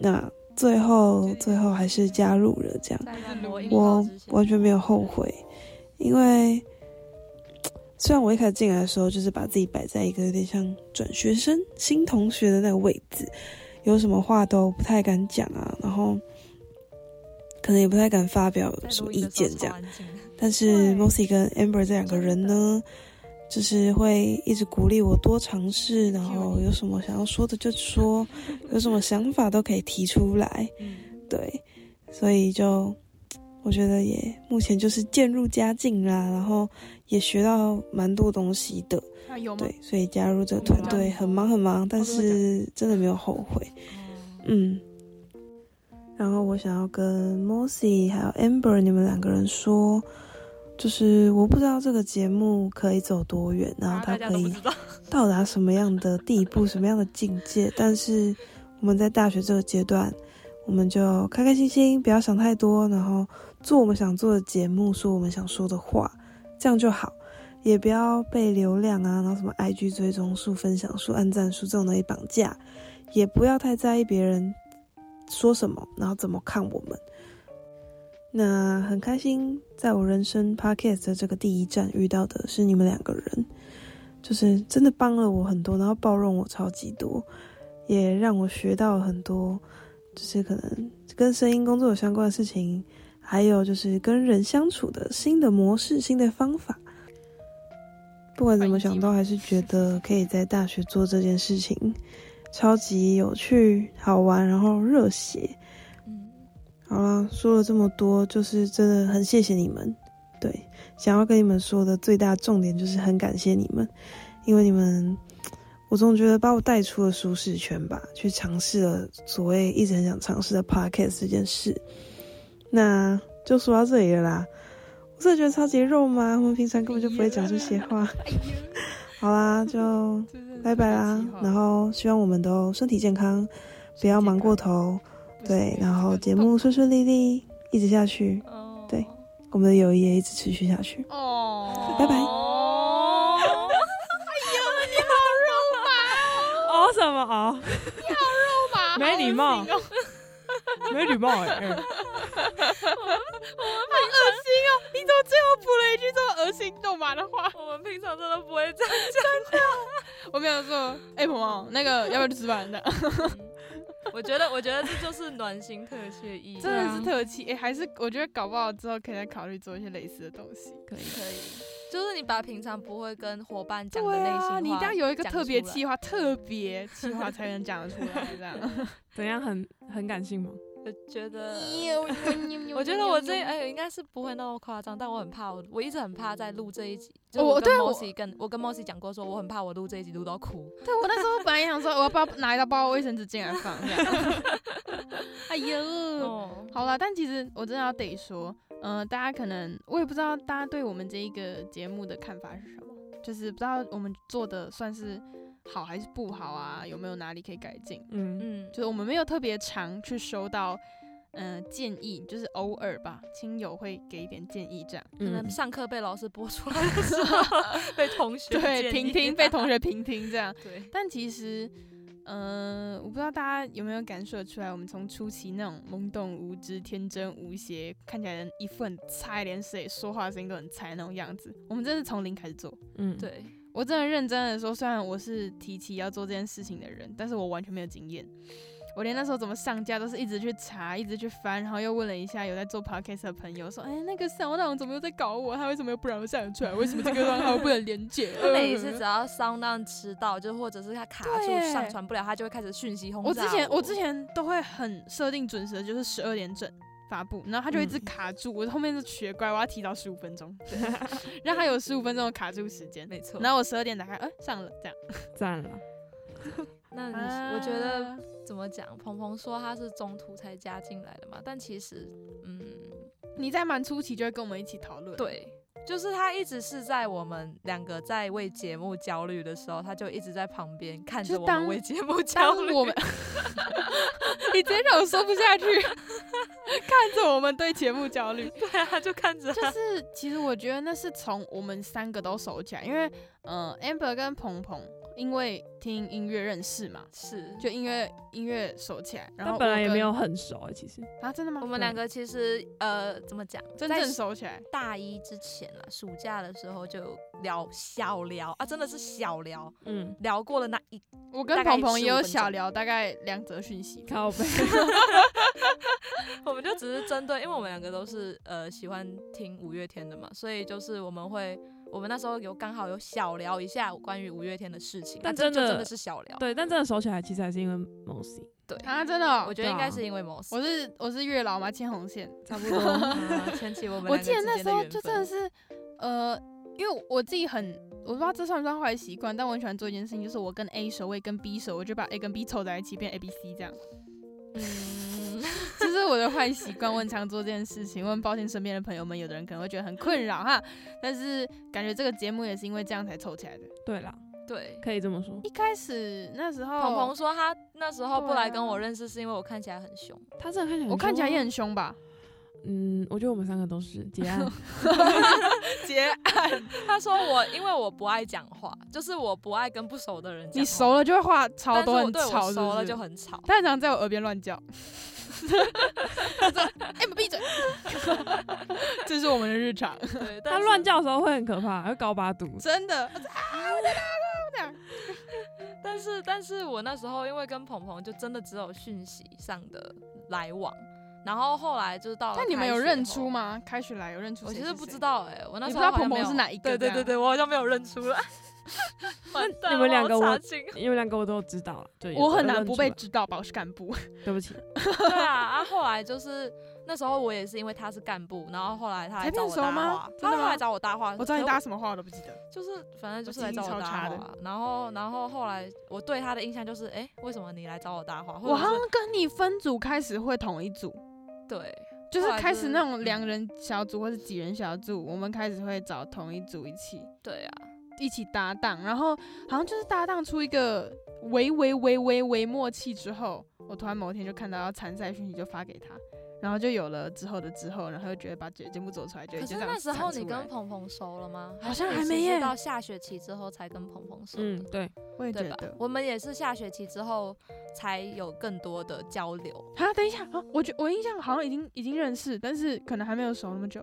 Speaker 4: 那最后最后还是加入了这样。
Speaker 2: 在按摩阴道
Speaker 4: 我
Speaker 2: 之前
Speaker 4: 完全没有后悔，因为虽然我一开始进来的时候就是把自己摆在一个有点像转学生、新同学的那个位置，有什么话都不太敢讲啊，然后可能也不太敢发表
Speaker 2: 在
Speaker 4: 什
Speaker 2: 录
Speaker 4: 么
Speaker 2: 音
Speaker 4: 意
Speaker 2: 的时候
Speaker 4: 见这样
Speaker 2: 超。安静的
Speaker 4: 但是
Speaker 1: 对
Speaker 4: Mossy 跟 Amber 这两个人呢，就是会一直鼓励我多尝试，然后有什么想要说的就 说，有什么想法都可以提出来。对，所以就我觉得也目前就是渐入佳境啦，然后也学到蛮多东西的。
Speaker 1: 那有吗？
Speaker 4: 对，所以加入这个团队很忙很忙，但是嗯哦真的没有后悔。嗯，然后我想要跟 Mossy 还有 Amber 你们两个人说，就是我不知道这个节目可以走多远，然后
Speaker 2: 啊
Speaker 4: 它
Speaker 2: 大家
Speaker 4: 可
Speaker 2: 都不
Speaker 4: 以
Speaker 2: 知道，
Speaker 4: 到达什么样的地步、什么样的境界。但是我们在大学这个阶段，我们就开开心心，不要想太多，然后做我们想做的节目，说我们想说的话，这样就好。也不要被流量啊，然后什么 IG 追踪数、分享数、按赞数这种东西绑架，也不要太在意别人说什么，然后怎么看我们。那很开心，在我人生 podcast 的这个第一站遇到的是你们两个人，就是真的帮了我很多，然后包容我超级多，也让我学到很多，就是可能跟声音工作有相关的事情，还有就是跟人相处的新的模式、新的方法。不管怎么想，都还是觉得可以在大学做这件事情，超级有趣、好玩，然后热血。
Speaker 2: 嗯，
Speaker 5: 好啦，说了这么多，就是真的很谢谢你们。对，想要跟你们说的最大重点就是很感谢你们，因为你们，我总觉得把我带出了舒适圈吧，去尝试了所谓一直很想尝试的 podcast 这件事。那就说到这里了啦。我真的觉得超级肉麻，我们平常根本就不会讲这些话。 好啦，就拜拜啦。然后希望我们都身体健康，不要忙过头。对，然后节目顺顺利利，一直下去，
Speaker 2: 哦
Speaker 5: 对我们的友谊也一直持续下去。
Speaker 1: 哦，
Speaker 5: 拜拜
Speaker 1: 哦
Speaker 3: 熬哦什么 熬？
Speaker 1: 吧
Speaker 3: 没礼
Speaker 1: 好恶
Speaker 3: 貌
Speaker 1: 心哦
Speaker 3: 没礼貌哎、
Speaker 1: 哦你怎么最后补了一句这么恶心肉麻的话？
Speaker 2: 我们平常真的不会这样
Speaker 1: 我没有说，哎、鹏鹏，那个要不要去吃 饭啊的？
Speaker 2: 讲。我觉得，我觉得这就是暖心特谢意，啊
Speaker 1: 真的是特气，哎、还是我觉得搞不好之后可以再考虑做一些类似的东西。
Speaker 2: 可以可以，就是你把平常不会跟伙伴讲的
Speaker 1: 对
Speaker 2: 内心
Speaker 1: 啊，
Speaker 2: 话，
Speaker 1: 你一定要有一个特别
Speaker 2: 气，
Speaker 1: 气话，特别气话才能讲得出来，这 样。
Speaker 3: 怎样很很感性吗？
Speaker 2: 我觉得。我觉得我这哎、应该是不会那么夸张，但我很怕我，我一直很怕在录这一集。就
Speaker 1: 哦
Speaker 2: 我
Speaker 1: 我
Speaker 2: 跟
Speaker 1: 对我
Speaker 2: Mossy 跟我跟 Mossy 讲过，说我很怕我录这一集录到哭。
Speaker 1: 对我那时候本来也想说，我要不要拿一大包卫生纸进来放？这样。哎呦，
Speaker 2: 哦，
Speaker 1: 好了，但其实我真的要得说，呃，大家可能我也不知道大家对我们这一个节目的看法是什么，就是不知道我们做的算是好还是不好啊，有没有哪里可以改进？
Speaker 3: 嗯，
Speaker 2: 嗯，
Speaker 1: 就是我们没有特别常去收到，嗯、建议，就是偶尔吧，亲友会给一点建议这样。
Speaker 2: 可能
Speaker 3: 嗯
Speaker 2: 上课被老师播出来的时候， 被同学
Speaker 1: 对，
Speaker 2: 建
Speaker 1: 平
Speaker 2: 议
Speaker 1: 听被同学平听这样。
Speaker 2: 对，
Speaker 1: 但其实，嗯、我不知道大家有没有感受得出来，我们从初期那种懵懂无知、天真无邪，看起来一副很菜，连谁说话的声音都很菜那种样子，我们真的是从零开始做。
Speaker 3: 嗯，
Speaker 2: 对，
Speaker 1: 我真的认真的说，虽然我是提起要做这件事情的人，但是我完全没有经验。我连那时候怎么上架都是一直去查，一直去翻，然后又问了一下有在做 podcast 的朋友，说：“哎、那个小朗怎么又在搞我？他为什么又不让我上传？为什么这个账号不能连接？”嗯
Speaker 2: 他每一次只要 sound down 迟到，就或者是他卡住
Speaker 1: 对
Speaker 2: 上传不了，他就会开始讯息轰炸
Speaker 1: 我之前我之前都会很设定准时的，就是十二点整发布，然后他就一直
Speaker 3: 嗯
Speaker 1: 卡住，我后面就学乖，我要提早十五分 钟，让他有十五分钟的卡住时间。
Speaker 2: 没错。
Speaker 1: 然后我十二点打开，哎、上了这样。
Speaker 3: 赞了。
Speaker 2: 那你、我觉得怎么讲？鹏鹏说他是中途才加进来的嘛，但其实，嗯，
Speaker 1: 你在蛮初期就会跟我们一起讨论，
Speaker 2: 对，就是他一直是在我们两个在为节目焦虑的时候，他就一直在旁边看
Speaker 1: 就是
Speaker 2: 着我们
Speaker 1: 当
Speaker 2: 为节目焦
Speaker 1: 当
Speaker 2: 虑。
Speaker 1: 我们，你直接让我说不 下去，看着我们对节目焦虑。
Speaker 2: 对啊，就看着
Speaker 1: 就
Speaker 2: 他。
Speaker 1: 是其实我觉得那是从我们三个都熟起来，因为呃，amber 跟鹏鹏因为听音乐认识嘛，
Speaker 2: 是，
Speaker 1: 就音乐音乐熟起来，然后
Speaker 3: 但本来
Speaker 1: 我
Speaker 3: 也
Speaker 1: 跟
Speaker 3: 没有很熟欸其实。
Speaker 1: 啊，真的吗？
Speaker 2: 我们两个其实呃，怎么讲，
Speaker 1: 真
Speaker 2: 在
Speaker 1: 正熟起来，
Speaker 2: 大一之前啦，暑假的时候就有聊小聊啊，真的是小聊，
Speaker 3: 嗯，
Speaker 2: 聊过了那一
Speaker 1: 我跟
Speaker 2: 大概
Speaker 1: 鹏鹏也
Speaker 2: 15
Speaker 1: 有
Speaker 2: 分钟
Speaker 1: 小聊，大概两则讯息。
Speaker 3: 靠背。
Speaker 2: 我们就只是针对，因为我们两个都是呃喜欢听五月天的嘛，所以就是我们会，我们那时候有刚好有小聊一下关于五月天的事情，
Speaker 3: 但
Speaker 2: 啊这
Speaker 3: 真的
Speaker 2: 就真的是小聊，
Speaker 3: 对，但真的熟起来，其实还是因为 Mossy，
Speaker 2: 对，
Speaker 1: 啊，真的哦、
Speaker 2: 我觉得应该
Speaker 3: 对啊
Speaker 2: 是因为某事，
Speaker 1: 我是我是月老嘛，牵红线。
Speaker 3: 差不多。
Speaker 2: 嗯牵起我们
Speaker 1: 我
Speaker 2: 两
Speaker 1: 记得
Speaker 2: 个
Speaker 1: 那
Speaker 2: 之间
Speaker 1: 时候
Speaker 2: 缘
Speaker 1: 就
Speaker 2: 分
Speaker 1: 真的是，呃，因为我自己很，我不知道这算不算坏习惯，但我很喜欢做一件事情，就是我跟 A 熟，我也跟 B 熟，我就把 A 跟 B 凑在一起变 A B C 这样，
Speaker 2: 嗯，
Speaker 1: 这是我的坏习惯。我很常做这件事情，我很抱歉身边的朋友们，有的人可能会觉得很困扰哈，但是感觉这个节目也是因为这样才凑起来的。
Speaker 3: 对啦，
Speaker 2: 对。
Speaker 3: 可以这么说。
Speaker 1: 一开始那时候，
Speaker 2: 鹏鹏说他那时候不来跟我
Speaker 1: 哦对啊
Speaker 2: 认识，是因为我看起来很凶。
Speaker 3: 他真的看起来，
Speaker 1: 我看起来也很，凶吧？
Speaker 3: 嗯，我觉得我们三个都是 结案。
Speaker 1: 姐，
Speaker 2: 他说我因为我不爱讲话，就是我不爱跟不熟的人讲话。
Speaker 1: 你熟了就会话超
Speaker 2: 但是
Speaker 1: 多，
Speaker 2: 我
Speaker 1: 很
Speaker 2: 对
Speaker 1: 吵
Speaker 2: 我
Speaker 1: 是不
Speaker 2: 熟了
Speaker 1: 是
Speaker 2: 就很吵。
Speaker 1: 他很常在我耳边乱叫。 他说：“哎、你们闭嘴！” 这是我们的日常，
Speaker 2: 对，但
Speaker 3: 他
Speaker 2: 是
Speaker 3: 乱叫的时候会很可怕，会高八度。
Speaker 1: 真的。
Speaker 2: 但是，但是我那时候因为跟鹏鹏就真的只有讯息上的来往，然后后来就是到了。
Speaker 1: 那你们有认出？吗？开学来有认出
Speaker 2: 我
Speaker 1: 谁是
Speaker 2: 其
Speaker 1: 谁？
Speaker 2: 实不知道哎、我那
Speaker 1: 你
Speaker 2: 时
Speaker 1: 不
Speaker 2: 候
Speaker 1: 知道
Speaker 2: 好像
Speaker 1: 鹏鹏
Speaker 2: 没有
Speaker 1: 是哪一个
Speaker 2: 对对
Speaker 1: 这
Speaker 2: 对
Speaker 1: 样
Speaker 2: 对，我好像没有认 出来。完蛋
Speaker 3: 你们两个
Speaker 2: 我好差
Speaker 3: 我
Speaker 2: 劲啊
Speaker 3: 因为两个我都知道了，就也
Speaker 1: 我很难
Speaker 3: 认
Speaker 1: 不
Speaker 3: 出来
Speaker 1: 被知道吧？我是干部，
Speaker 3: 对不起。
Speaker 2: 对啊，啊后来就是那时候我也是因为他是干部，然后后来他
Speaker 1: 才
Speaker 2: 来找
Speaker 1: 变
Speaker 2: 我
Speaker 1: 熟
Speaker 2: 搭
Speaker 1: 吗
Speaker 2: 话，
Speaker 1: 真
Speaker 2: 他
Speaker 1: 的
Speaker 2: 后来
Speaker 1: 吗
Speaker 2: 找我搭话，
Speaker 1: 我知道你
Speaker 2: 可
Speaker 1: 搭
Speaker 2: 是
Speaker 1: 什么话我都不记得，
Speaker 2: 就是反正就
Speaker 1: 我
Speaker 2: 是来
Speaker 1: 记
Speaker 2: 找
Speaker 1: 忆
Speaker 2: 我
Speaker 1: 超
Speaker 2: 搭
Speaker 1: 差的
Speaker 2: 话，然后然后后来我对他的印象就是，哎，为什么你来找我搭话？或者
Speaker 1: 我好像
Speaker 2: 是
Speaker 1: 跟你分组开始会同一组，
Speaker 2: 对，
Speaker 1: 就是
Speaker 2: 后来
Speaker 1: 开
Speaker 2: 就
Speaker 1: 始
Speaker 2: 是
Speaker 1: 那种
Speaker 2: 嗯
Speaker 1: 两人小组或者几人小组，我们开始会找同一组一起
Speaker 2: 对啊，
Speaker 1: 一起搭档，然后好像就是搭档出一个微微微微微默契之后，我突然某天就看到要参赛讯息，就发给他，然后就有了之后的之后，然后就觉得把节节目做出来，就
Speaker 2: 可
Speaker 1: 就是这样
Speaker 2: 那时候
Speaker 1: 产
Speaker 2: 你
Speaker 1: 出来
Speaker 2: 跟鹏鹏熟了吗？
Speaker 1: 好像
Speaker 2: 是你
Speaker 1: 还
Speaker 2: 是
Speaker 1: 没
Speaker 2: 是
Speaker 1: 耶
Speaker 2: 到下学期之后才跟鹏鹏熟的。
Speaker 3: 嗯，对，
Speaker 1: 我也觉
Speaker 2: 对吧
Speaker 1: 得？。
Speaker 2: 我们也是下学期之后才有更多的交流。
Speaker 1: 啊，等一下啊！我觉我印象好像已经已经认识，但是可能还没有熟那么久。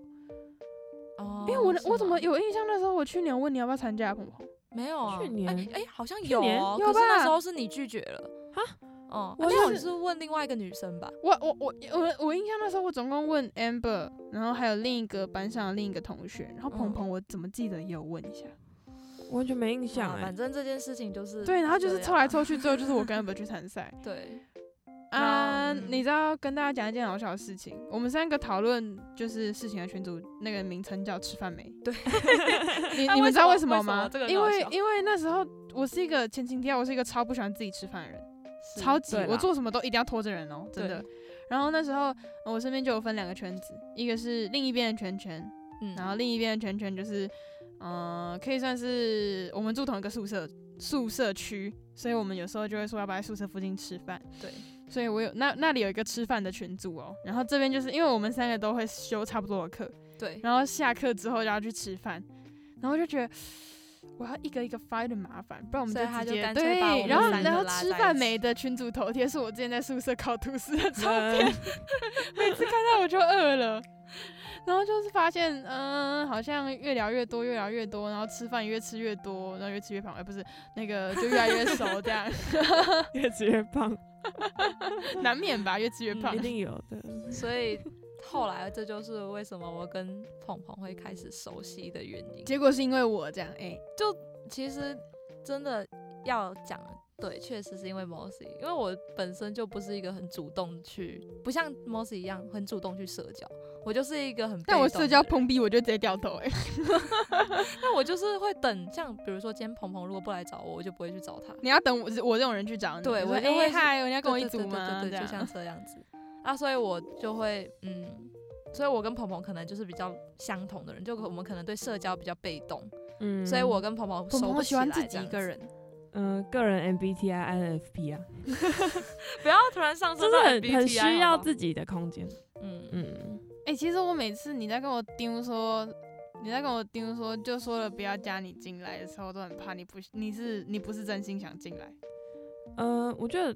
Speaker 2: 哦
Speaker 1: 因为我的我怎么有印象？那时候我去年问你要不要参加鹏鹏，
Speaker 2: 没有啊？
Speaker 3: 去年
Speaker 2: 哎哎，好像有
Speaker 3: 年
Speaker 2: 哦，
Speaker 1: 有
Speaker 2: 可是那
Speaker 1: 吧
Speaker 2: 时候是你拒绝了
Speaker 3: 哈。
Speaker 2: 哦，
Speaker 3: 我
Speaker 2: 而且
Speaker 1: 就
Speaker 2: 我
Speaker 1: 是
Speaker 2: 是问另外一个女生吧，
Speaker 1: 我我我我我印象那时候我总共问 Amber，然后还有另一个班上的另一个同学，然后鹏
Speaker 2: 嗯
Speaker 1: 鹏我怎么记得也有问一下。
Speaker 3: 完全没印象
Speaker 2: 啊
Speaker 3: 哎、
Speaker 2: 反正这件事情就是
Speaker 1: 欸对，然后就是
Speaker 2: 这
Speaker 1: 凑来
Speaker 2: 样啊
Speaker 1: 凑去，最后就是我跟 Amber 去参 赛。
Speaker 2: 对，
Speaker 1: 啊、
Speaker 2: 嗯
Speaker 1: 你知道跟大家讲一件好笑的事情，我们三个讨论就是事情的群组那个名称叫“吃饭 没”。
Speaker 2: 对那
Speaker 1: 你你
Speaker 2: 啊为
Speaker 1: 们知道
Speaker 2: 什么为什么
Speaker 1: 为什么吗？
Speaker 2: 这个很
Speaker 1: 因
Speaker 2: 好
Speaker 1: 为
Speaker 2: 笑
Speaker 1: 因为那时候我是一个前情提要，我是一个超不喜欢自己吃饭的人，
Speaker 2: 是
Speaker 1: 超级
Speaker 3: 对
Speaker 1: 我
Speaker 3: 啦
Speaker 1: 做什么都一定要拖着人哦，真的。然后那时候呃我身边就有分两个圈子，一个是另一边的圈圈，
Speaker 2: 嗯，
Speaker 1: 然后另一边的圈圈就是，嗯、可以算是我们住同一个宿舍宿舍区，所以我们有时候就会说要不要在宿舍附近吃饭。
Speaker 2: 对，
Speaker 1: 所以我有那那里有一个吃饭的群组哦，然后这边就是因为我们三个都会修差不多的课，
Speaker 2: 对，
Speaker 1: 然后下课之后就要去吃饭，然后就觉得。我要一个一个发有点麻烦，不然我们
Speaker 2: 所以他
Speaker 1: 直
Speaker 2: 就
Speaker 1: 接
Speaker 2: 干脆
Speaker 1: 对
Speaker 2: 把我，们
Speaker 1: 然后
Speaker 2: 三个
Speaker 1: 然后
Speaker 2: 拉
Speaker 1: 吃
Speaker 2: 在一
Speaker 1: 饭
Speaker 2: 起
Speaker 1: 没的群主头贴是我之前在宿舍烤 吐 司的照片，
Speaker 3: 嗯
Speaker 1: 每次看到我就饿了，然后就是发现，嗯，好像越聊越多，越聊越多，然后吃饭越吃越多，然后越吃越胖，哎、不是那个就越来越熟，这样
Speaker 3: 越吃越胖，
Speaker 1: 难免吧，越吃越
Speaker 2: 嗯
Speaker 1: 胖
Speaker 3: 一。定有的。
Speaker 2: 所以后来这就是为什么我跟鹏鹏会开始熟悉的原因。
Speaker 1: 结果是因为我这样，哎、
Speaker 2: 其实真的要讲，对，确实是因为 Mossy，因为我本身就不是一个很主动去，不像 Mossy 一样很主动去社交，我就是一个很
Speaker 1: 但我
Speaker 2: 被动
Speaker 1: 社交
Speaker 2: 的人，
Speaker 1: 碰壁，我就直接掉头、 哎，
Speaker 2: 那我就是会等，像比如说今天鹏鹏如果不来找我，我就不会去找他，
Speaker 1: 你要等我我这种人去找你，
Speaker 2: 对
Speaker 1: 你
Speaker 2: 我
Speaker 1: 说
Speaker 2: 就会
Speaker 1: 哎
Speaker 2: 是
Speaker 1: 嗨，你要跟我
Speaker 2: 对对
Speaker 1: 一组吗？
Speaker 2: 对对
Speaker 1: 这
Speaker 2: 对，就像
Speaker 1: 样，
Speaker 2: 这样子啊，所以我就会嗯。所以，我跟鹏鹏可能就是比较相同的人，就我们可能对社交比较被动，
Speaker 3: 嗯，
Speaker 2: 所以我跟鹏鹏
Speaker 1: 鹏
Speaker 2: 熟
Speaker 1: 鹏
Speaker 2: 不
Speaker 1: 喜欢
Speaker 2: 起来
Speaker 1: 自己
Speaker 2: 这
Speaker 1: 一
Speaker 2: 样
Speaker 1: 个
Speaker 2: 子，
Speaker 1: 人，
Speaker 3: 嗯、个人 MBTI、INFP 啊，
Speaker 2: 不要突然上升
Speaker 3: 真
Speaker 2: 到
Speaker 3: 的很
Speaker 2: MBTI
Speaker 3: 很需
Speaker 2: 好
Speaker 3: 要
Speaker 2: 不好
Speaker 3: 自己的空间。
Speaker 2: 嗯嗯
Speaker 3: 嗯，
Speaker 1: 哎、其实我每次你在跟我丢说，你在跟我丢说，就说了不要加你进来的时候，我都很怕你不，你是你不是真心想进来，
Speaker 3: 嗯，我觉得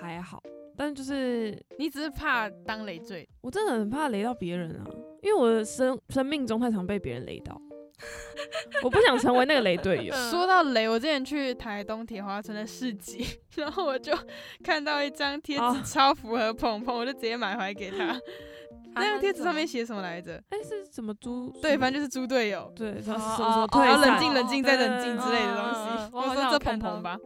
Speaker 3: 还好，但就是
Speaker 1: 你只是怕当累赘。
Speaker 3: 我真的很怕雷到别人啊，因为我的生生命中太常被别人 雷到，我不想成为那个雷队友。
Speaker 1: 说到雷，我之前去台东铁花村的市集，然后我就看到一张贴
Speaker 3: 哦
Speaker 1: 纸，超符合鹏鹏，我就直接买回来给他。那张贴纸上面写什么来着？
Speaker 3: 哎、是什么猪？
Speaker 1: 对，反正就是猪队友，
Speaker 3: 对，然
Speaker 2: 哦
Speaker 3: 后什么什
Speaker 2: 哦
Speaker 3: 么
Speaker 2: 哦
Speaker 3: 退
Speaker 1: 然
Speaker 3: 散
Speaker 1: 后冷静、冷静
Speaker 3: 对
Speaker 1: 再
Speaker 3: 对
Speaker 1: 冷静
Speaker 3: 对
Speaker 1: 之类的东
Speaker 2: 嗯嗯
Speaker 1: 西
Speaker 2: 嗯。我
Speaker 1: 我
Speaker 2: 好像
Speaker 1: 说
Speaker 2: 有
Speaker 1: 这
Speaker 2: 看
Speaker 1: 鹏
Speaker 2: 到
Speaker 1: 鹏吧，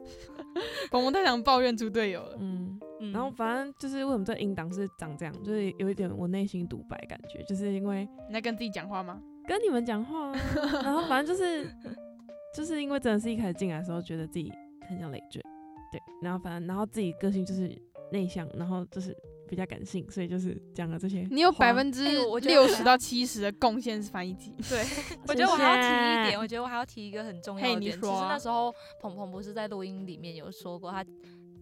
Speaker 1: 鹏鹏太想抱怨猪队友了。
Speaker 3: 嗯，
Speaker 2: 嗯
Speaker 3: 然后反正就是为什么这音档是长这样，就是有一点我内心独白感觉，就是因为
Speaker 1: 你在跟自己讲话吗？
Speaker 3: 跟你们讲话、啊，然后反正就是就是因为真的是一开始进来的时候觉得自己很像累赘，对，然后反正然后自己个性就是内向，然后就是比较感性，所以就是讲了这些话。
Speaker 1: 你有百分之
Speaker 2: 哎我我觉得
Speaker 1: 六十到七十的贡献是翻译机。
Speaker 2: 对，我
Speaker 3: 谢
Speaker 2: 觉得我还要提一
Speaker 3: 谢
Speaker 2: 点，我觉得我还要提一个很重要
Speaker 1: 嘿
Speaker 2: 的
Speaker 1: 你
Speaker 2: 点。其
Speaker 1: 说
Speaker 2: 实
Speaker 1: 啊
Speaker 2: 那时候鹏鹏不是在录音里面有说过，他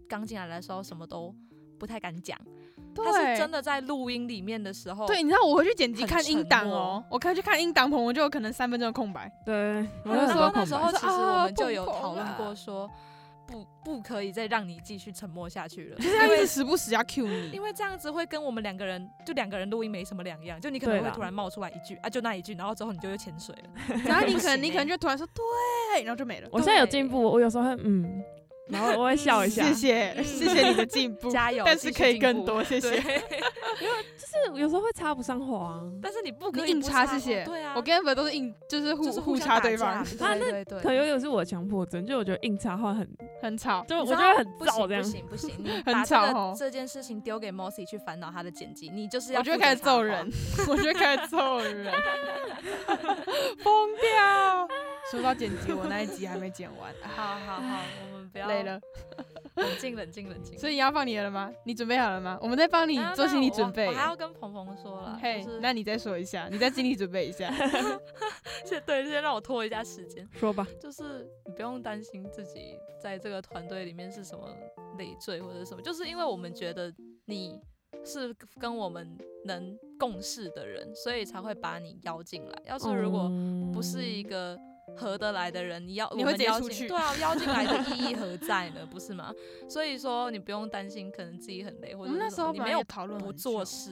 Speaker 2: 刚进来的时候什么都不太敢讲，他是真
Speaker 1: 的。
Speaker 2: 的在录音里面的时候，
Speaker 1: 对，你知道我回去剪辑
Speaker 2: 很
Speaker 1: 看音档
Speaker 2: 沉默
Speaker 1: 哦，我看去看音档，鹏鹏就有可能三分钟的空白。
Speaker 3: 对，我
Speaker 1: 有
Speaker 2: 嗯
Speaker 3: 有
Speaker 2: 然
Speaker 1: 很
Speaker 3: 很
Speaker 1: 多
Speaker 2: 后那时候
Speaker 3: 多空白。
Speaker 1: 白
Speaker 2: 其实我们就有
Speaker 1: 啊蹦蹦
Speaker 2: 讨论过
Speaker 1: 啊
Speaker 2: 说，不不可以再让你继续沉默下去了，
Speaker 1: 就是他一直时不时要 cue 你
Speaker 2: 因。为这样子会跟我们两个人就两个人录音没什么两样，就你可能
Speaker 3: 对
Speaker 2: 会
Speaker 3: 啦
Speaker 2: 突然冒出来一句啊，就那一句，然后之后你就又潜水了。
Speaker 1: 然后
Speaker 2: 不
Speaker 1: 你可能
Speaker 2: 行
Speaker 1: 你
Speaker 2: 欸
Speaker 1: 可能就突然说对，然后就没了。
Speaker 3: 我现在有进步，我有时候会嗯，然后我会 笑一下。
Speaker 1: 谢谢，谢谢你的进步，
Speaker 2: 加油，
Speaker 1: 但
Speaker 2: 继
Speaker 1: 是
Speaker 2: 续
Speaker 1: 可以
Speaker 2: 进
Speaker 1: 更
Speaker 2: 步。
Speaker 1: 多，谢谢。
Speaker 2: 对，
Speaker 3: 就是有时候会插不上话啊，
Speaker 2: 但是你不
Speaker 1: 你
Speaker 2: 可以
Speaker 1: 硬
Speaker 2: 不
Speaker 1: 插，
Speaker 2: 话
Speaker 1: 谢谢。
Speaker 2: 对啊，
Speaker 1: 我跟 Amber 都是硬，就是互
Speaker 2: 就是
Speaker 1: 互
Speaker 2: 相
Speaker 1: 插
Speaker 2: 打
Speaker 1: 对
Speaker 2: 架
Speaker 1: 方，
Speaker 2: 对
Speaker 3: 啊那
Speaker 2: 对对
Speaker 3: 可能有点是我的强迫症，就我觉得硬插话很，
Speaker 1: 很吵。
Speaker 3: 就我
Speaker 2: 你
Speaker 3: 觉
Speaker 2: 知
Speaker 3: 得
Speaker 2: 道
Speaker 3: 很
Speaker 2: 不
Speaker 3: 燥
Speaker 2: 行
Speaker 3: 这样
Speaker 2: 不。行不 行，你
Speaker 1: 很
Speaker 2: 把这
Speaker 1: 吵
Speaker 2: 个
Speaker 1: 哦
Speaker 2: 这件事情丢给 Mossy 去烦恼他的剪辑，你就是要
Speaker 1: 我就会
Speaker 2: 负责
Speaker 1: 开始
Speaker 2: 插
Speaker 1: 揍
Speaker 2: 话
Speaker 1: 人，， 我就会开始揍 人，疯掉。说到剪辑，我那一集还没剪 完，啊
Speaker 2: 好好好，我们不要
Speaker 1: 累，了。
Speaker 2: 冷静冷静冷静。
Speaker 1: 所
Speaker 2: 以
Speaker 1: 以要放你的了吗？你准备好了吗？我们在帮你做心理准备啊
Speaker 2: 我。还要跟鹏鹏说了，
Speaker 1: 嘿
Speaker 2: 就，是
Speaker 1: 那你再说一下，你再心理准备一 下。
Speaker 2: 先对，先让我拖一下时间。
Speaker 3: 说吧，
Speaker 2: 就是你不用担心自己在这个团队里面是什么累赘或者什么，就是因为我们觉得你是跟我们能共事的人，所以才会把你邀进来。要是如果不是一个合得来的人，你要
Speaker 1: 嗯你
Speaker 2: 我
Speaker 1: 会
Speaker 2: 们
Speaker 1: 直接
Speaker 2: 邀
Speaker 1: 出
Speaker 2: 请
Speaker 1: 去
Speaker 2: 对啊，邀进来 的意义何在呢？不是吗？所以说你不用担心，可能自己很累
Speaker 1: 我
Speaker 2: 或者
Speaker 1: 们那
Speaker 2: 是
Speaker 1: 时
Speaker 2: 什么
Speaker 1: 候
Speaker 2: 你
Speaker 1: 本来
Speaker 2: 没有
Speaker 1: 也讨论
Speaker 2: 不
Speaker 1: 很
Speaker 2: 做
Speaker 1: 久，
Speaker 2: 事，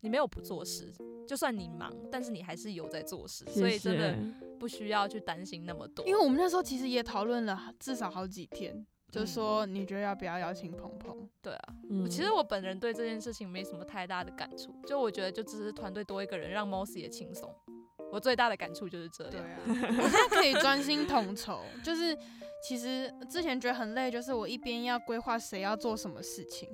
Speaker 2: 你没有不做事，就算你忙，但是你还是有在做事，
Speaker 3: 嗯谢谢
Speaker 2: 所以真的不需要去担心那么多。
Speaker 1: 因为我们那时候其实也讨论了至少好几天，嗯就说你觉得要不要邀请鹏鹏？
Speaker 2: 对啊，
Speaker 3: 嗯
Speaker 2: 其实我本人对这件事情没什么太大的感触，就我觉得就只是团队多一个人，让 Moss 也轻松。我最大的感触就是这样。
Speaker 1: 啊， 我现在可以专心统筹，就是其实之前觉得很累，就是我一边要规划谁要做什么事情，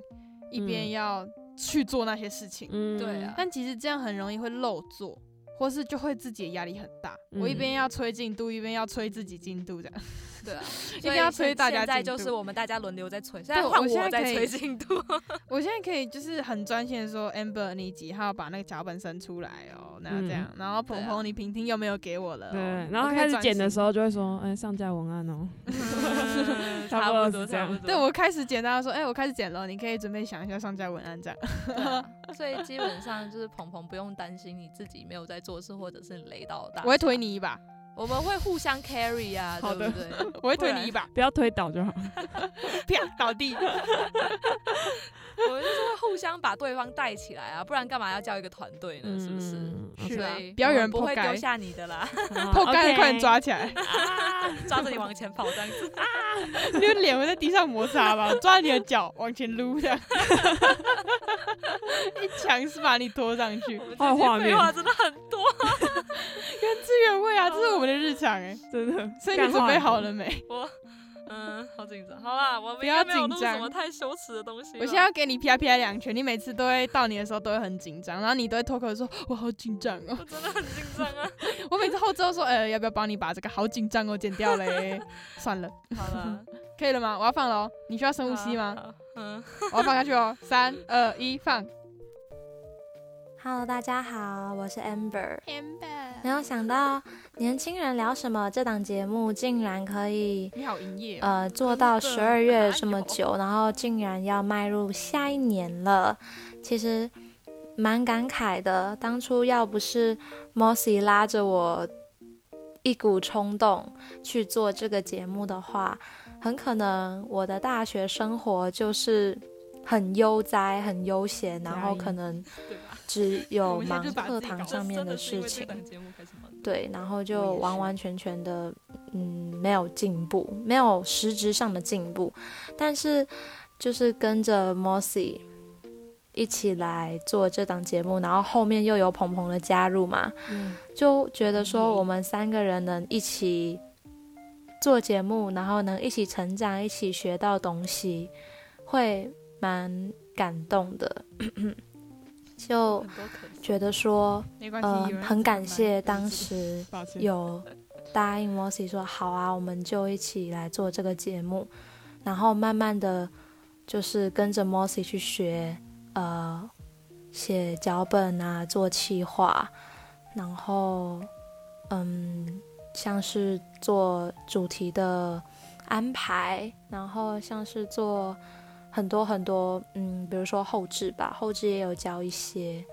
Speaker 1: 一边
Speaker 3: 嗯
Speaker 1: 要去做那些事情。
Speaker 3: 嗯
Speaker 2: 对啊
Speaker 1: 但其实这样很容易会漏做，或是就会自己的压力很大。我一边要催进度，一边要催自己进度，这样
Speaker 2: 对啊， 所以
Speaker 1: 一定要催大家
Speaker 2: 现在
Speaker 1: 进
Speaker 2: 就
Speaker 1: 度
Speaker 2: 是我们大家轮流在催，现
Speaker 1: 对
Speaker 2: 在换
Speaker 1: 我现在
Speaker 2: 在
Speaker 1: 可以
Speaker 2: 催进度。
Speaker 1: 我现在可以就是很专心的说，Amber 你几号把那个脚本生出来哦，那这样，然后鹏
Speaker 2: 对啊
Speaker 1: 鹏你评听有没有给我了哦、
Speaker 3: 嗯对，然后
Speaker 1: 我可以
Speaker 3: 开始
Speaker 1: 专
Speaker 3: 剪的
Speaker 1: 心
Speaker 3: 时候就会说，哎，上架文案哦，差
Speaker 2: 差
Speaker 3: 不
Speaker 2: 不
Speaker 3: 多是
Speaker 2: 多，
Speaker 3: 这
Speaker 2: 差
Speaker 3: 样
Speaker 2: 不多。
Speaker 1: 对我开始剪，大家说，哎、我开始剪了，你可以准备想一下上架文案这样。
Speaker 2: 对啊 所以基本上就是鹏鹏不用担心你自己没有在做事，或者是你雷到大。
Speaker 1: 我会推，你一把，
Speaker 2: 我们会互相 carry 啊，
Speaker 3: 好
Speaker 2: 对不对？
Speaker 1: 我会
Speaker 2: 不
Speaker 1: 推
Speaker 2: 然
Speaker 1: 你一把，
Speaker 3: 不要推倒就好。
Speaker 1: 啪倒 地。
Speaker 2: 我们就是会互相把对方带起来啊，不然干嘛要叫一个团队呢？是不是？
Speaker 3: 嗯
Speaker 1: 是啊
Speaker 2: 所以
Speaker 1: 不要
Speaker 2: 我们
Speaker 1: 有人
Speaker 2: 不
Speaker 1: 破
Speaker 2: 会
Speaker 1: 盖
Speaker 2: 丢下你的啦，
Speaker 3: 好
Speaker 1: 破干快点
Speaker 3: OK
Speaker 1: 抓起来，
Speaker 2: 抓着你往前跑这样子。
Speaker 1: 你的脸会在地上摩擦吧？抓你的脚往前撸这样， 一强是把你拖上去，
Speaker 2: 我们
Speaker 3: 好
Speaker 2: 这
Speaker 3: 有
Speaker 2: 些
Speaker 3: 画
Speaker 2: 废
Speaker 3: 面
Speaker 2: 话真的很多，
Speaker 1: 原汁原味啊，这是我们的日常哎、
Speaker 3: 真的，
Speaker 1: 所以
Speaker 3: 干
Speaker 1: 你准
Speaker 3: 话
Speaker 1: 备
Speaker 3: 很
Speaker 1: 好
Speaker 3: 多
Speaker 1: 了没？
Speaker 2: 我嗯，好紧张。好啦，我们
Speaker 1: 不
Speaker 2: 应
Speaker 1: 要
Speaker 2: 该没有录
Speaker 1: 紧张
Speaker 2: 什么太羞耻的东西啦。
Speaker 1: 我现在要给你啪啪两拳，你每次都会到你的时候都会很紧张，然后你都会脱口说：“我好紧张哦
Speaker 2: 我。真的很紧张啊。”
Speaker 1: 我每次后知后说：“呃，要不要帮你把这个好紧张哦剪掉嘞？” 算了，
Speaker 2: 好啦，
Speaker 1: 可以了吗？我要放了哦。你需要深呼吸吗？
Speaker 2: 好？好嗯，
Speaker 1: 我要放下去哦。三二一，放。
Speaker 6: Hello，大家好，我是 Amber。没
Speaker 1: Amber，
Speaker 6: 有想到年轻人聊什么这档节目竟然可以
Speaker 1: 你好营业、哦。
Speaker 6: 呃做到
Speaker 2: 真
Speaker 6: 十
Speaker 2: 的
Speaker 6: 二
Speaker 2: 哪
Speaker 6: 月
Speaker 2: 有
Speaker 6: 这么久，然后竟然要迈入下一年了，其实蛮感慨的。当初要不是 Mossy 拉着我一股冲动去做这个节目的话，很可能我的大学生活就是很悠哉、很悠闲，然后可能
Speaker 2: 对吧？
Speaker 6: 只有
Speaker 1: 我们现在
Speaker 6: 忙
Speaker 1: 就把
Speaker 6: 课
Speaker 1: 自己搞
Speaker 6: 堂
Speaker 1: 得
Speaker 6: 上
Speaker 2: 真
Speaker 6: 面
Speaker 2: 的是因为
Speaker 6: 事
Speaker 2: 这
Speaker 6: 情，
Speaker 2: 档节目开始忙。
Speaker 6: 对，然后
Speaker 1: 我
Speaker 6: 就
Speaker 1: 也
Speaker 6: 完
Speaker 1: 是
Speaker 6: 完全全的，嗯，没有进步，没有实质上的进步，但是就是跟着 Mossy 一起来做这档节目，然后后面又有鹏鹏的加入嘛，
Speaker 2: 嗯
Speaker 6: 就觉得说我们三个人能一起做节目，然后能一起成长，一起学到东西，会蛮感动的， 就
Speaker 2: 很多可惜。
Speaker 6: 觉得说。
Speaker 1: 没关系，
Speaker 6: 呃
Speaker 1: 有人，
Speaker 6: 很感
Speaker 1: 自己来
Speaker 6: 谢当时
Speaker 3: 抱歉，
Speaker 6: 有答应 Mossy 说好啊，我们就一起来做这个节目，然后慢慢的就是跟着 Mossy 去学，呃，写脚本啊，做企划，然后嗯，像是做主题的安排，然后像是做很多很多，嗯，比如说后置吧，后置也有教一些，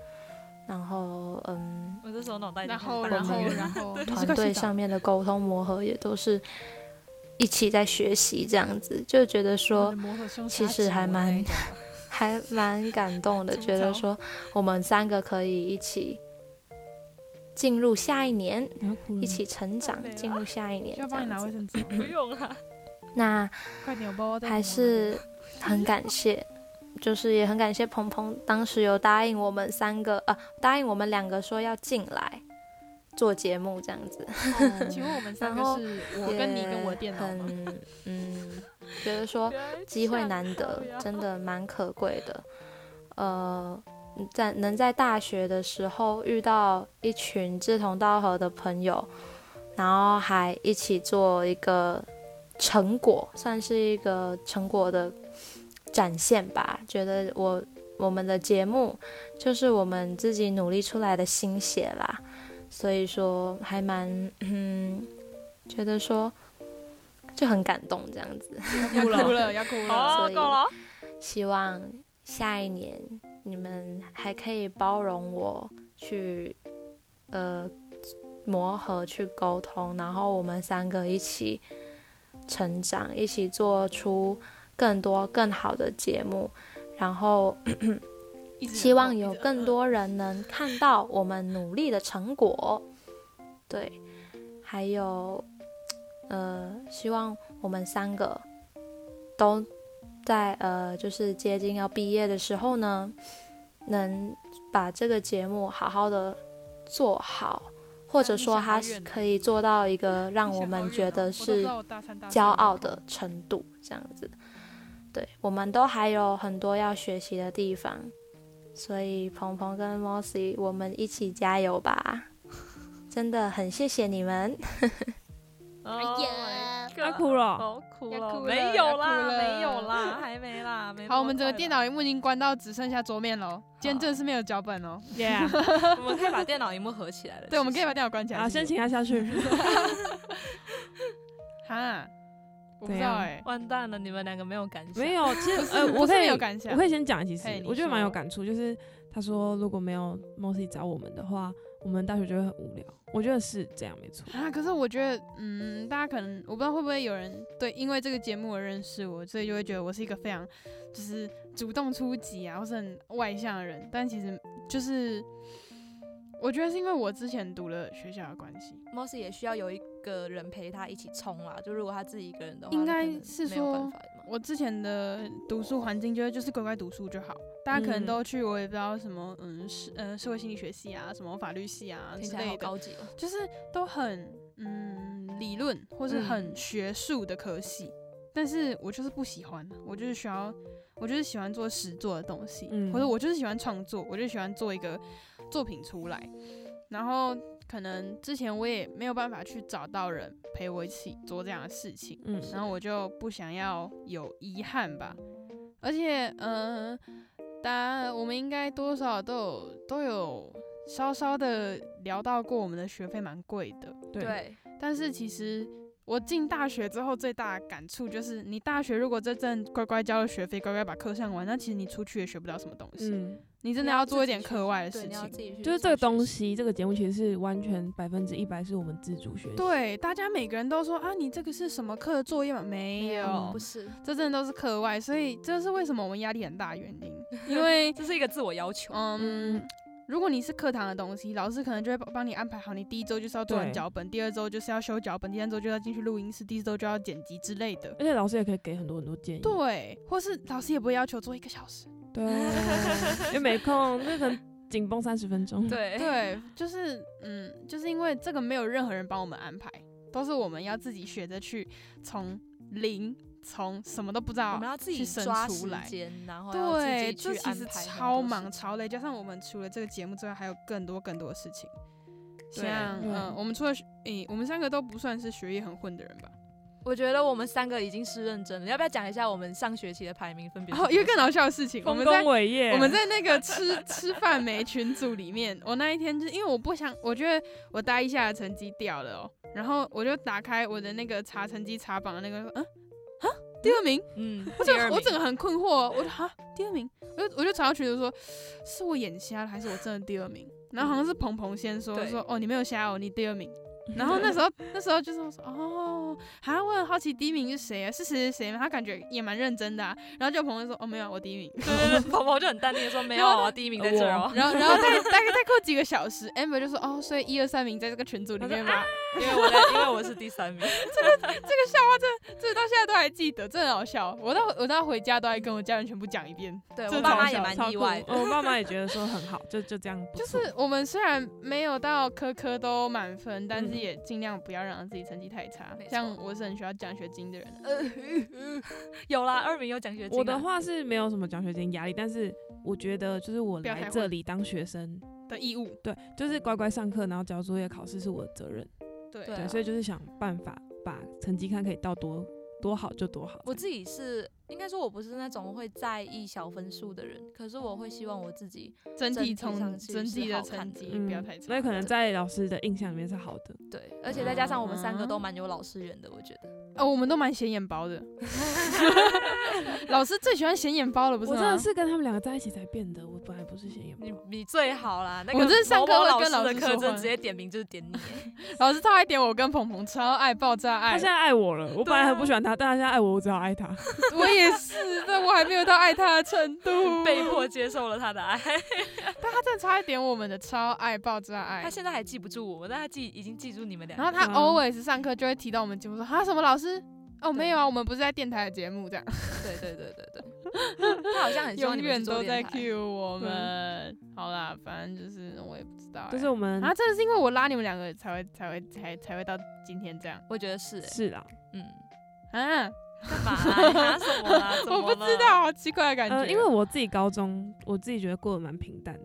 Speaker 6: 然后嗯。
Speaker 2: 我这时候脑袋已经
Speaker 1: 然
Speaker 2: 开始
Speaker 1: 后
Speaker 2: 打
Speaker 1: 然
Speaker 2: 结
Speaker 1: 后
Speaker 2: 了
Speaker 1: 然后
Speaker 6: 团队上面的沟通磨合也都是一起在学习，这样子就觉得
Speaker 1: 嗯
Speaker 6: 说其实还蛮还蛮感动的，
Speaker 2: 怎么
Speaker 6: 觉得
Speaker 2: 着
Speaker 6: 说我们三个可以一起进入下一年，
Speaker 3: 你要哭了吗
Speaker 6: 一起成长
Speaker 2: 累，了
Speaker 6: 进入下一
Speaker 1: 嗯
Speaker 6: 年
Speaker 1: 需要
Speaker 6: 这
Speaker 1: 帮你拿
Speaker 6: 样
Speaker 1: 卫
Speaker 6: 子。
Speaker 1: 生纸吗。
Speaker 2: 不用啦，
Speaker 6: 那
Speaker 1: 快点，我包包在
Speaker 6: 还
Speaker 1: 手上
Speaker 6: 是很感谢，就是也很感谢鹏鹏当时有答应我们三个，呃，答应我们两个说要进来做节目这样子。
Speaker 1: 请问我们三个
Speaker 6: 然后
Speaker 1: 是我跟你跟我的电脑吗？
Speaker 6: 很嗯，觉得说机会难得，真的蛮可贵的。呃，在能在大学的时候遇到一群志同道合的朋友，然后还一起做一个成果，算是一个成果的展现吧。觉得我我们的节目就是我们自己努力出来的心血啦，所以说还蛮嗯，觉得说就很感动这样子。
Speaker 1: 要哭 了，要哭了。啊
Speaker 2: 好
Speaker 6: 所
Speaker 2: 了，
Speaker 6: 以
Speaker 2: 够了。
Speaker 6: 希望下一年你们还可以包容我去呃磨合、去沟通，然后我们三个一起成长，一起做出更多更好的节目，然后
Speaker 1: 一直
Speaker 6: 希望有
Speaker 1: 一直嗯
Speaker 6: 更多人能看到我们努力的成果。对，还有，呃，希望我们三个都在呃，就是接近要毕业的时候呢，能把这个节目好好的做好，或
Speaker 1: 嗯
Speaker 6: 者说它是可以做到一个让我们觉得是骄傲
Speaker 2: 哦
Speaker 6: 的程度，这样子。对我们都还有很多要学习的地方，所以鹏鹏跟 Mossy，我们一起加油吧！真的很谢谢你们，
Speaker 1: 哎
Speaker 2: Oh my
Speaker 3: 要
Speaker 2: god
Speaker 3: 哭了
Speaker 2: 好哭
Speaker 1: 要
Speaker 2: 了，
Speaker 1: 哭
Speaker 2: 没
Speaker 1: 了
Speaker 2: 有
Speaker 1: 要
Speaker 2: 啦，
Speaker 1: 哭了
Speaker 2: 没有啦，还没 啦，没那么快啦。
Speaker 1: 好，我们整个 电脑荧幕已经关到只剩下桌面喽。今天真的是没有脚本哦。
Speaker 3: Yeah，
Speaker 2: 我们可以把电脑荧幕合起来了。
Speaker 1: 对，我们
Speaker 2: 其
Speaker 1: 可以把电脑关起来。
Speaker 6: 啊
Speaker 3: 好，
Speaker 1: 是
Speaker 3: 先
Speaker 1: 不是
Speaker 3: 请他下去。
Speaker 1: 哈，我不知
Speaker 3: 怎样
Speaker 1: 道哎
Speaker 2: 实，完蛋了，你们两个没有感想。
Speaker 3: 没，有，其实呃，
Speaker 1: 不
Speaker 3: 我
Speaker 1: 是
Speaker 3: 可
Speaker 1: 没
Speaker 3: 以
Speaker 1: 有感想
Speaker 3: 我可以先讲，其实
Speaker 1: 嘿你
Speaker 3: 我觉得蛮有
Speaker 1: 说
Speaker 3: 感触，就是他说如果没有 Mossy 找我们的话，我们大学就会很无聊。我觉得是这样，没错。
Speaker 1: 啊，可是我觉得，嗯，大家可能我不知道会不会有人对因为这个节目而认识我，所以就会觉得我是一个非常就是主动出击啊，或是很外向的人。但其实就是我觉得是因为我之前读了学校的关系，
Speaker 2: 莫斯也需要有一个人陪他一起冲啦。就如果他自己一个人的话，
Speaker 1: 应
Speaker 2: 那可
Speaker 1: 该
Speaker 2: 能
Speaker 1: 是
Speaker 2: 没有办
Speaker 1: 说
Speaker 2: 法嘛
Speaker 1: 我之前的读书环境就是就是乖乖读书就好。大家可能
Speaker 3: 嗯
Speaker 1: 都去，我也不知道什么，嗯，社呃社会心理学系啊，什么法律系啊
Speaker 2: 听
Speaker 1: 之
Speaker 2: 起来
Speaker 1: 类
Speaker 2: 好
Speaker 1: 的，
Speaker 2: 高级哦。
Speaker 1: 就是都很嗯理论或是
Speaker 2: 嗯
Speaker 1: 很学术的科系，但是我就是不喜欢，啊我就是需要，我就是喜欢做实作的东西，
Speaker 3: 嗯
Speaker 1: 或者我就是喜欢创作，我就喜欢做一个作品出来，然后可能之前我也没有办法去找到人陪我一起做这样的事情，
Speaker 3: 嗯
Speaker 1: 然后我就不想要有遗憾吧，而且嗯、呃大家我们应该多多少少都有都有稍稍的聊到过，我们的学费蛮贵的，
Speaker 3: 对，
Speaker 2: 对，
Speaker 1: 但是其实我进大学之后最大的感触就是，你大学如果真正乖乖交了学费，乖乖把课上完，那其实你出去也学不到什么东西，
Speaker 3: 嗯，
Speaker 1: 你真
Speaker 2: 你
Speaker 1: 的
Speaker 2: 要
Speaker 1: 要
Speaker 2: 自
Speaker 1: 做一
Speaker 2: 己
Speaker 1: 点
Speaker 2: 去
Speaker 1: 课外的
Speaker 2: 对，
Speaker 1: 事
Speaker 2: 你要
Speaker 1: 情
Speaker 2: 自。己去
Speaker 3: 就是这
Speaker 2: 做
Speaker 3: 个
Speaker 2: 学
Speaker 3: 东
Speaker 2: 习。
Speaker 3: 西，这个节目其实是完全百分之一百是我们自主学习。
Speaker 1: 对，大家每个人都说啊，你这个是什么课的作业吗？没有，
Speaker 2: 嗯不是，
Speaker 1: 这真的都是课外，所以这是为什么我们压力很大的原 因，因为
Speaker 2: 这是一个自我要求。
Speaker 1: 嗯，如果你是课堂的东西，老师可能就会帮帮你安排好，你第一周就是要做完
Speaker 3: 对
Speaker 1: 脚本，第二周就是要修脚本，第三周就要进去录音室，第四周就要剪辑之类
Speaker 2: 嗯
Speaker 1: 的。
Speaker 3: 而且老师也可以给很多很多建议。
Speaker 1: 对，或是老师也不会要求做一个小时。
Speaker 3: 对， 因为没空，那可能紧绷三十分钟。，
Speaker 2: 对，
Speaker 1: 对，就是嗯，就是因为这个没有任何人帮我们安排，都是我们要自己学着去从零，从什么都不知
Speaker 2: 我
Speaker 1: 道
Speaker 2: 们要自
Speaker 1: 去
Speaker 2: 己
Speaker 1: 生
Speaker 2: 抓
Speaker 1: 出
Speaker 2: 时
Speaker 1: 来。
Speaker 2: 间，然后要自
Speaker 1: 对，
Speaker 2: 己
Speaker 1: 这
Speaker 2: 去
Speaker 1: 其
Speaker 2: 安
Speaker 1: 实
Speaker 2: 排很多
Speaker 1: 超
Speaker 2: 事
Speaker 1: 忙
Speaker 2: 情
Speaker 1: 超累，加上我们除了这个节目之外，还有更多更多的事情。
Speaker 2: 对
Speaker 1: 像
Speaker 3: 对
Speaker 1: 嗯，我们除了学诶、我们三个都不算是学业很混的人吧。
Speaker 2: 我觉得我们三个已经是认真了，要不要讲一下我们上学期的排名分别
Speaker 1: 然
Speaker 2: 是
Speaker 1: 后
Speaker 2: 多少？
Speaker 1: 哦一个更好笑的事情，我
Speaker 3: 丰
Speaker 1: 们在
Speaker 3: 功伟业。
Speaker 1: 我们在那 个吃吃饭没群组里面，我那一天就是因为我不想，我觉得我大一下的成绩掉了哦，然后我就打开我的那个查成绩查榜的那个，嗯啊，第二名，
Speaker 2: 嗯，
Speaker 1: 我
Speaker 2: 第
Speaker 1: 整
Speaker 2: 二
Speaker 1: 个我
Speaker 2: 名
Speaker 1: 整个很困惑哦，我就哈第二名，我就我就传到群主说，是我眼瞎了还是我真的第二名？然后好像是鹏鹏先说
Speaker 2: 嗯对
Speaker 1: 说哦你没有瞎哦你第二名，然后那时候那时候就是我说哦，还我很好奇第一名是谁啊，是谁谁谁吗？他感觉也蛮认真的、啊。然后就有朋友说哦没有啊，我第一名。
Speaker 2: 对对 对，跑跑就很淡定的说没有啊，第一名在这儿哦。
Speaker 1: 然后 然后大概大概再过几个小时，amber 就说哦，所以一二三名在这个群组里面吗？
Speaker 2: 因为我在，因为我是第三名。
Speaker 1: 这个笑话真的这到现在都还记得，真的很好笑。我到我到回家都还跟我家人全部讲一遍。
Speaker 2: 对
Speaker 1: 这
Speaker 2: 我爸
Speaker 1: 超
Speaker 2: 妈也
Speaker 1: 小
Speaker 2: 蛮
Speaker 3: 超
Speaker 2: 意
Speaker 3: 酷
Speaker 2: 外的。
Speaker 3: 我爸妈也觉得说很好，就就这样不
Speaker 1: 就
Speaker 3: 错，
Speaker 1: 是我们虽然没有到科科都满分，但是
Speaker 3: 嗯
Speaker 1: 也尽量不要让自己成绩太差
Speaker 2: 没。错
Speaker 1: 像我是很需要奖学金的人，
Speaker 2: 有啦，二名有奖学金啊。
Speaker 3: 我的
Speaker 1: 嗯
Speaker 3: 话是没有什么奖学金压力，但是我觉得就是我
Speaker 1: 不要太
Speaker 3: 来
Speaker 1: 混
Speaker 3: 这里当学生，
Speaker 1: 的义务。
Speaker 3: 对，就是乖乖上课，然后交作业、考试是我的责任，
Speaker 1: 对
Speaker 2: 对
Speaker 3: 对，
Speaker 2: 啊
Speaker 3: 所以就是想办法把成绩看可以到多多好就多好。
Speaker 2: 我自己是，应该说我不是那种会在意小分数的人，可是我会希望我自己
Speaker 1: 整体
Speaker 2: 整体上
Speaker 1: 从
Speaker 2: 去
Speaker 1: 整
Speaker 2: 是
Speaker 1: 体的
Speaker 2: 好看
Speaker 1: 成
Speaker 2: 的
Speaker 1: 绩
Speaker 3: 嗯
Speaker 1: 不要太差。
Speaker 3: 那可能在老师的印象里面是好的，
Speaker 2: 对，而且再加上我们
Speaker 1: 啊
Speaker 2: 三个都蛮有老师缘的，我觉得。
Speaker 1: 哦，我们都蛮显眼包的。老师最喜欢显眼包了，不是啊
Speaker 3: 我
Speaker 1: 吗？
Speaker 3: 真的是跟他们两个在一起才变的，我本来不是显眼包
Speaker 2: 你你最好啦，那
Speaker 1: 我
Speaker 2: 个
Speaker 1: 这上
Speaker 2: 某
Speaker 1: 课
Speaker 2: 某
Speaker 1: 会
Speaker 2: 老
Speaker 1: 跟
Speaker 2: 师
Speaker 1: 老
Speaker 2: 的
Speaker 1: 师
Speaker 2: 课
Speaker 1: 说
Speaker 2: 真
Speaker 1: 话
Speaker 2: 直接点名就是点你欸，
Speaker 1: 老师超爱点我跟鹏鹏，超爱爆炸
Speaker 3: 他
Speaker 1: 爱啊
Speaker 3: 现。在爱我了，我本来很不喜欢他，但他现在爱我，我只好爱他。
Speaker 1: 我也是，但我还没有到爱他的程度。
Speaker 2: 被迫接受了他的爱。
Speaker 1: 但他真的超爱点我们的，超爱爆炸爱
Speaker 2: 他。现在还记不住我们，但他记已经记住你们俩。
Speaker 1: 然后他
Speaker 3: 嗯
Speaker 1: always 上课就会提到我们节目，说啊什么老师。哦，
Speaker 2: 对
Speaker 1: 没有啊，我们不是在电台的节 目，这样
Speaker 2: 对对对对对， 他好像很希望
Speaker 1: 永
Speaker 2: 你们
Speaker 1: 远
Speaker 2: 去做
Speaker 1: 都在
Speaker 2: 电台
Speaker 1: cue 我们。好啦，反正就是我也不知道欸、
Speaker 3: 就是我们
Speaker 1: 啊，真的是因为我拉你们两个才会才会才才会到今天这样
Speaker 2: 我觉得是欸，
Speaker 3: 是啦，
Speaker 2: 嗯，
Speaker 1: 啊，
Speaker 2: 干嘛啊？你拿什么啦？怎
Speaker 1: 我
Speaker 2: 么
Speaker 1: 不知
Speaker 2: 了，
Speaker 1: 道，好奇怪的感觉。
Speaker 3: 呃，因为我自己高中，我自己觉得过得蛮平淡的。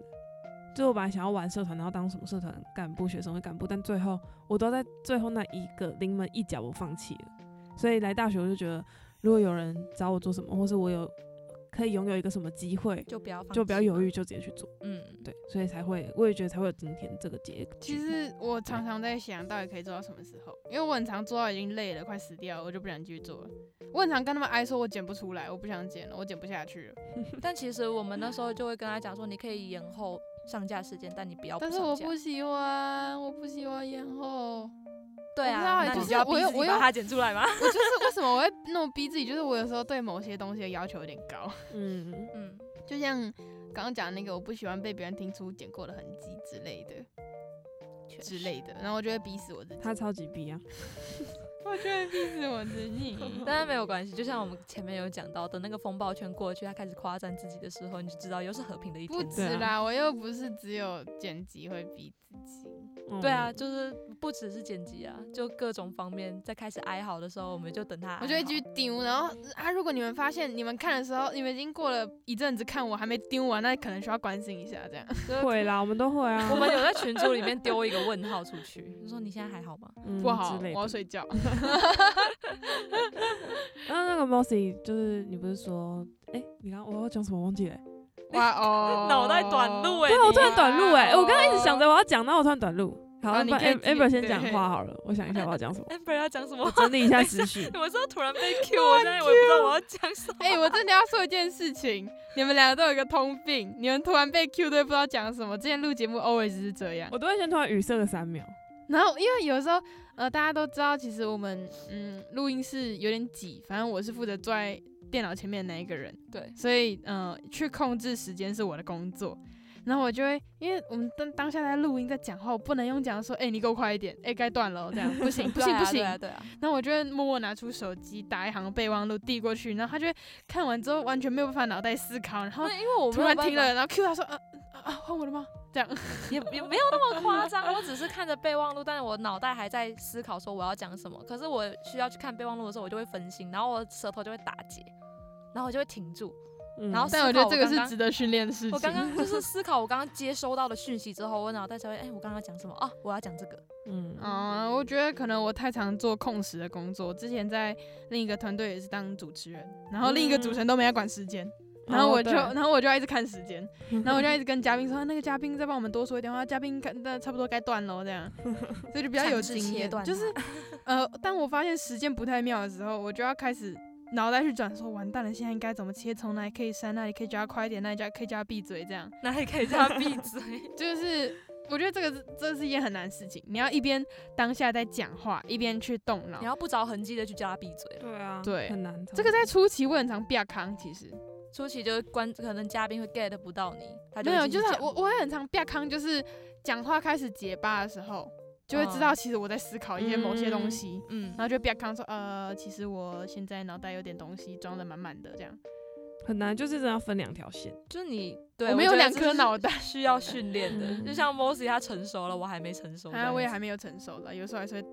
Speaker 3: 就我本来想要玩社团，然后当什么社团干部、学生会干部，但最后我都在最后那一个临门一脚，我放弃了。所以来大学我就觉得，如果有人找我做什么，或是我有可以拥有一个什么机会，
Speaker 2: 就不要放
Speaker 3: 就不要
Speaker 2: 弃
Speaker 3: 犹
Speaker 2: 嘛
Speaker 3: 豫，，就直接去做。
Speaker 2: 嗯，
Speaker 3: 对，所以才会，我也觉得才会有今天这个结局。
Speaker 1: 其实我常常在想，到底可以做到什么时候？因为我很常做到已经累了，快死掉了，我就不想继续做了。我很常跟他们哀说，我剪不出来，我不想剪了，我剪不下去了。
Speaker 2: 但其实我们那时候就会跟他讲说，你可以延后上架时间，哦但你不要
Speaker 1: 但
Speaker 2: 上
Speaker 1: 是
Speaker 2: 架。
Speaker 1: 我不喜欢，我不喜欢延后。
Speaker 2: 对
Speaker 1: 我知
Speaker 2: 啊，
Speaker 1: 道啊
Speaker 2: 那
Speaker 1: 就
Speaker 2: 你
Speaker 1: 是
Speaker 2: 要
Speaker 1: 我
Speaker 2: 逼
Speaker 1: 有
Speaker 2: 自己
Speaker 1: 我
Speaker 2: 把
Speaker 1: 有
Speaker 2: 它剪出来 吗？
Speaker 1: 我就是为什么我会那么逼自己，就是我有时候对某些东西的要求有点高。
Speaker 3: 嗯，
Speaker 2: 嗯，
Speaker 1: 就像刚刚讲的那个，我不喜欢被别人听出剪过的痕迹之类的
Speaker 2: 确
Speaker 1: 之
Speaker 2: 实
Speaker 1: 类的，然后我就会逼死我 自己，
Speaker 3: 他超级逼啊，
Speaker 1: 我就会逼死我自己。
Speaker 2: 但是没有关系，就像我们前面有讲到，等那个风暴圈过去，他开始夸赞自己的时候，你就知道又是和平的一
Speaker 1: 不
Speaker 2: 天。
Speaker 1: 止
Speaker 3: 对啊
Speaker 1: 啦，我又不是只有剪辑会逼自己。
Speaker 2: 对啊，
Speaker 3: 嗯
Speaker 2: 就是不只是剪辑啊，就各种方面，在开始哀嚎的时候，我们就等他哀嚎。
Speaker 1: 我就会继续丢，然后啊，如果你们发现你们看的时候，你们已经过了一阵子看我还没丢完，那可能需要关心一下这样。
Speaker 3: 会啦，我们都会啊，
Speaker 2: 我们有在群组里面丢一个问号出去，就说你现在还好吗？，
Speaker 3: 嗯
Speaker 1: 不好，
Speaker 3: 之类
Speaker 1: 我
Speaker 3: 的
Speaker 1: 要睡觉。
Speaker 3: 那那个 Mossy，就是你不是说，哎、你刚我要讲什么忘记了、欸？
Speaker 1: 哇哦
Speaker 2: 脑袋短路哎、
Speaker 3: 对啊，我
Speaker 2: 你
Speaker 3: 突然短路哎、
Speaker 1: 哇哦
Speaker 3: 我刚刚一直想着我要讲，那我突然短路。好，
Speaker 1: 啊
Speaker 3: 那
Speaker 1: 你
Speaker 3: 不然
Speaker 1: 可以
Speaker 3: Am-
Speaker 1: 继续
Speaker 3: Amber 先讲
Speaker 1: 对
Speaker 3: 话好了，我想一下我要讲什么，
Speaker 2: Amber 要讲什么。
Speaker 3: 我？整理一下思绪
Speaker 2: 我说突然被 Q，我现在我也不知道我要讲什么。
Speaker 1: 哎、我真的要说一件事情，你们两个都有一个通病，你们突然被 Q 对不知道讲什么。之前录节目 always 是这样，
Speaker 3: 我都会先突然语塞个三秒，
Speaker 1: 然后因为有时候呃大家都知道，其实我们嗯录音室有点挤，反正我是负责坐在电脑前面的那一个人，
Speaker 2: 对，
Speaker 1: 所以呃，去控制时间是我的工作。然后我就会，因为我们当当下在录音在讲话，我不能用讲说，哎、你给我快一点，哎、该断了哦，这样不行不
Speaker 2: 对
Speaker 1: 行
Speaker 2: 啊
Speaker 1: 不行
Speaker 2: 对。啊，对啊，
Speaker 1: 然后我就会默默拿出手机打一行备忘录递过去，然后他就会看完之后完全没有办法脑袋思考，然后
Speaker 2: 那因为我
Speaker 1: 突
Speaker 2: 没有
Speaker 1: 然
Speaker 2: 办
Speaker 1: 听
Speaker 2: 法
Speaker 1: 了，然后 Q 他说，啊啊啊，换我了吗？这样，
Speaker 2: 也也没有那么夸张，我只是看着备忘录，但是我脑袋还在思考说我要讲什么。可是我需要去看备忘录的时候，我就会分心，然后我舌头就会打结，然后我就会停住。
Speaker 3: 嗯
Speaker 2: 然后
Speaker 1: 但
Speaker 2: 思
Speaker 1: 我觉
Speaker 2: 考我
Speaker 1: 得这个
Speaker 2: 刚
Speaker 1: 是
Speaker 2: 刚
Speaker 1: 值得训练的事情。
Speaker 2: 我刚 刚就是思考我刚刚接收到的讯息之后，我脑袋才会，哎、我刚刚讲什么啊？我要讲这个。
Speaker 3: 嗯，
Speaker 1: 嗯，我觉得可能我太常做控时的工作。之前在另一个团队也是当主持人，然后另一个
Speaker 2: 嗯
Speaker 1: 主持人都没在管时
Speaker 2: 哦
Speaker 1: 间，然后我就、然后我就要一直看 时间，然后 我就要一直跟嘉宾说，啊那个嘉宾再帮我们多说一点话，嘉宾该那差不多该断了 这样，所以就比较
Speaker 2: 强
Speaker 1: 有
Speaker 2: 制
Speaker 1: 经
Speaker 2: 切
Speaker 1: 验。
Speaker 2: 断
Speaker 1: 就是呃，当我发现时间不太妙的时候，我就要开始。脑袋去转说，完蛋了，现在应该怎么切？从哪里可以删？哪里可以叫他快一点？哪里叫可以叫他闭嘴？这样
Speaker 2: 哪里可以叫他闭嘴？
Speaker 1: 就是我觉得这个是这是一件很难的事情，你要一边当下在讲话，一边去动 脑
Speaker 2: 你。要不着痕迹的去叫他闭嘴了。
Speaker 3: 对啊，
Speaker 1: 对
Speaker 3: 很难。
Speaker 1: 这个在初期我很常变康，其实
Speaker 2: 初期就是观，可能嘉宾会 get 不到你，他就
Speaker 1: 没
Speaker 2: 会
Speaker 1: 有，
Speaker 2: 继续
Speaker 1: 就是
Speaker 2: 讲
Speaker 1: 我我会很常变康，就是讲话开始结巴的时候，就会知道
Speaker 2: 哦
Speaker 1: 其实我在思考一些某些东西，
Speaker 2: 嗯
Speaker 1: 然，后就变康说呃，其实我现在脑袋有点东西装的满满的这样。
Speaker 3: 很难，就是真的要分两条线。
Speaker 2: 就是你对
Speaker 1: 我
Speaker 2: 觉
Speaker 1: 们有
Speaker 2: 得
Speaker 1: 两
Speaker 2: 这
Speaker 1: 颗
Speaker 2: 就是
Speaker 1: 脑袋
Speaker 2: 需要训练的，
Speaker 3: 嗯
Speaker 2: 就像 Mossy 他成熟了，我还没成熟这样
Speaker 1: 啊，
Speaker 2: 子。
Speaker 1: 我也还没有成熟了，有时候还是会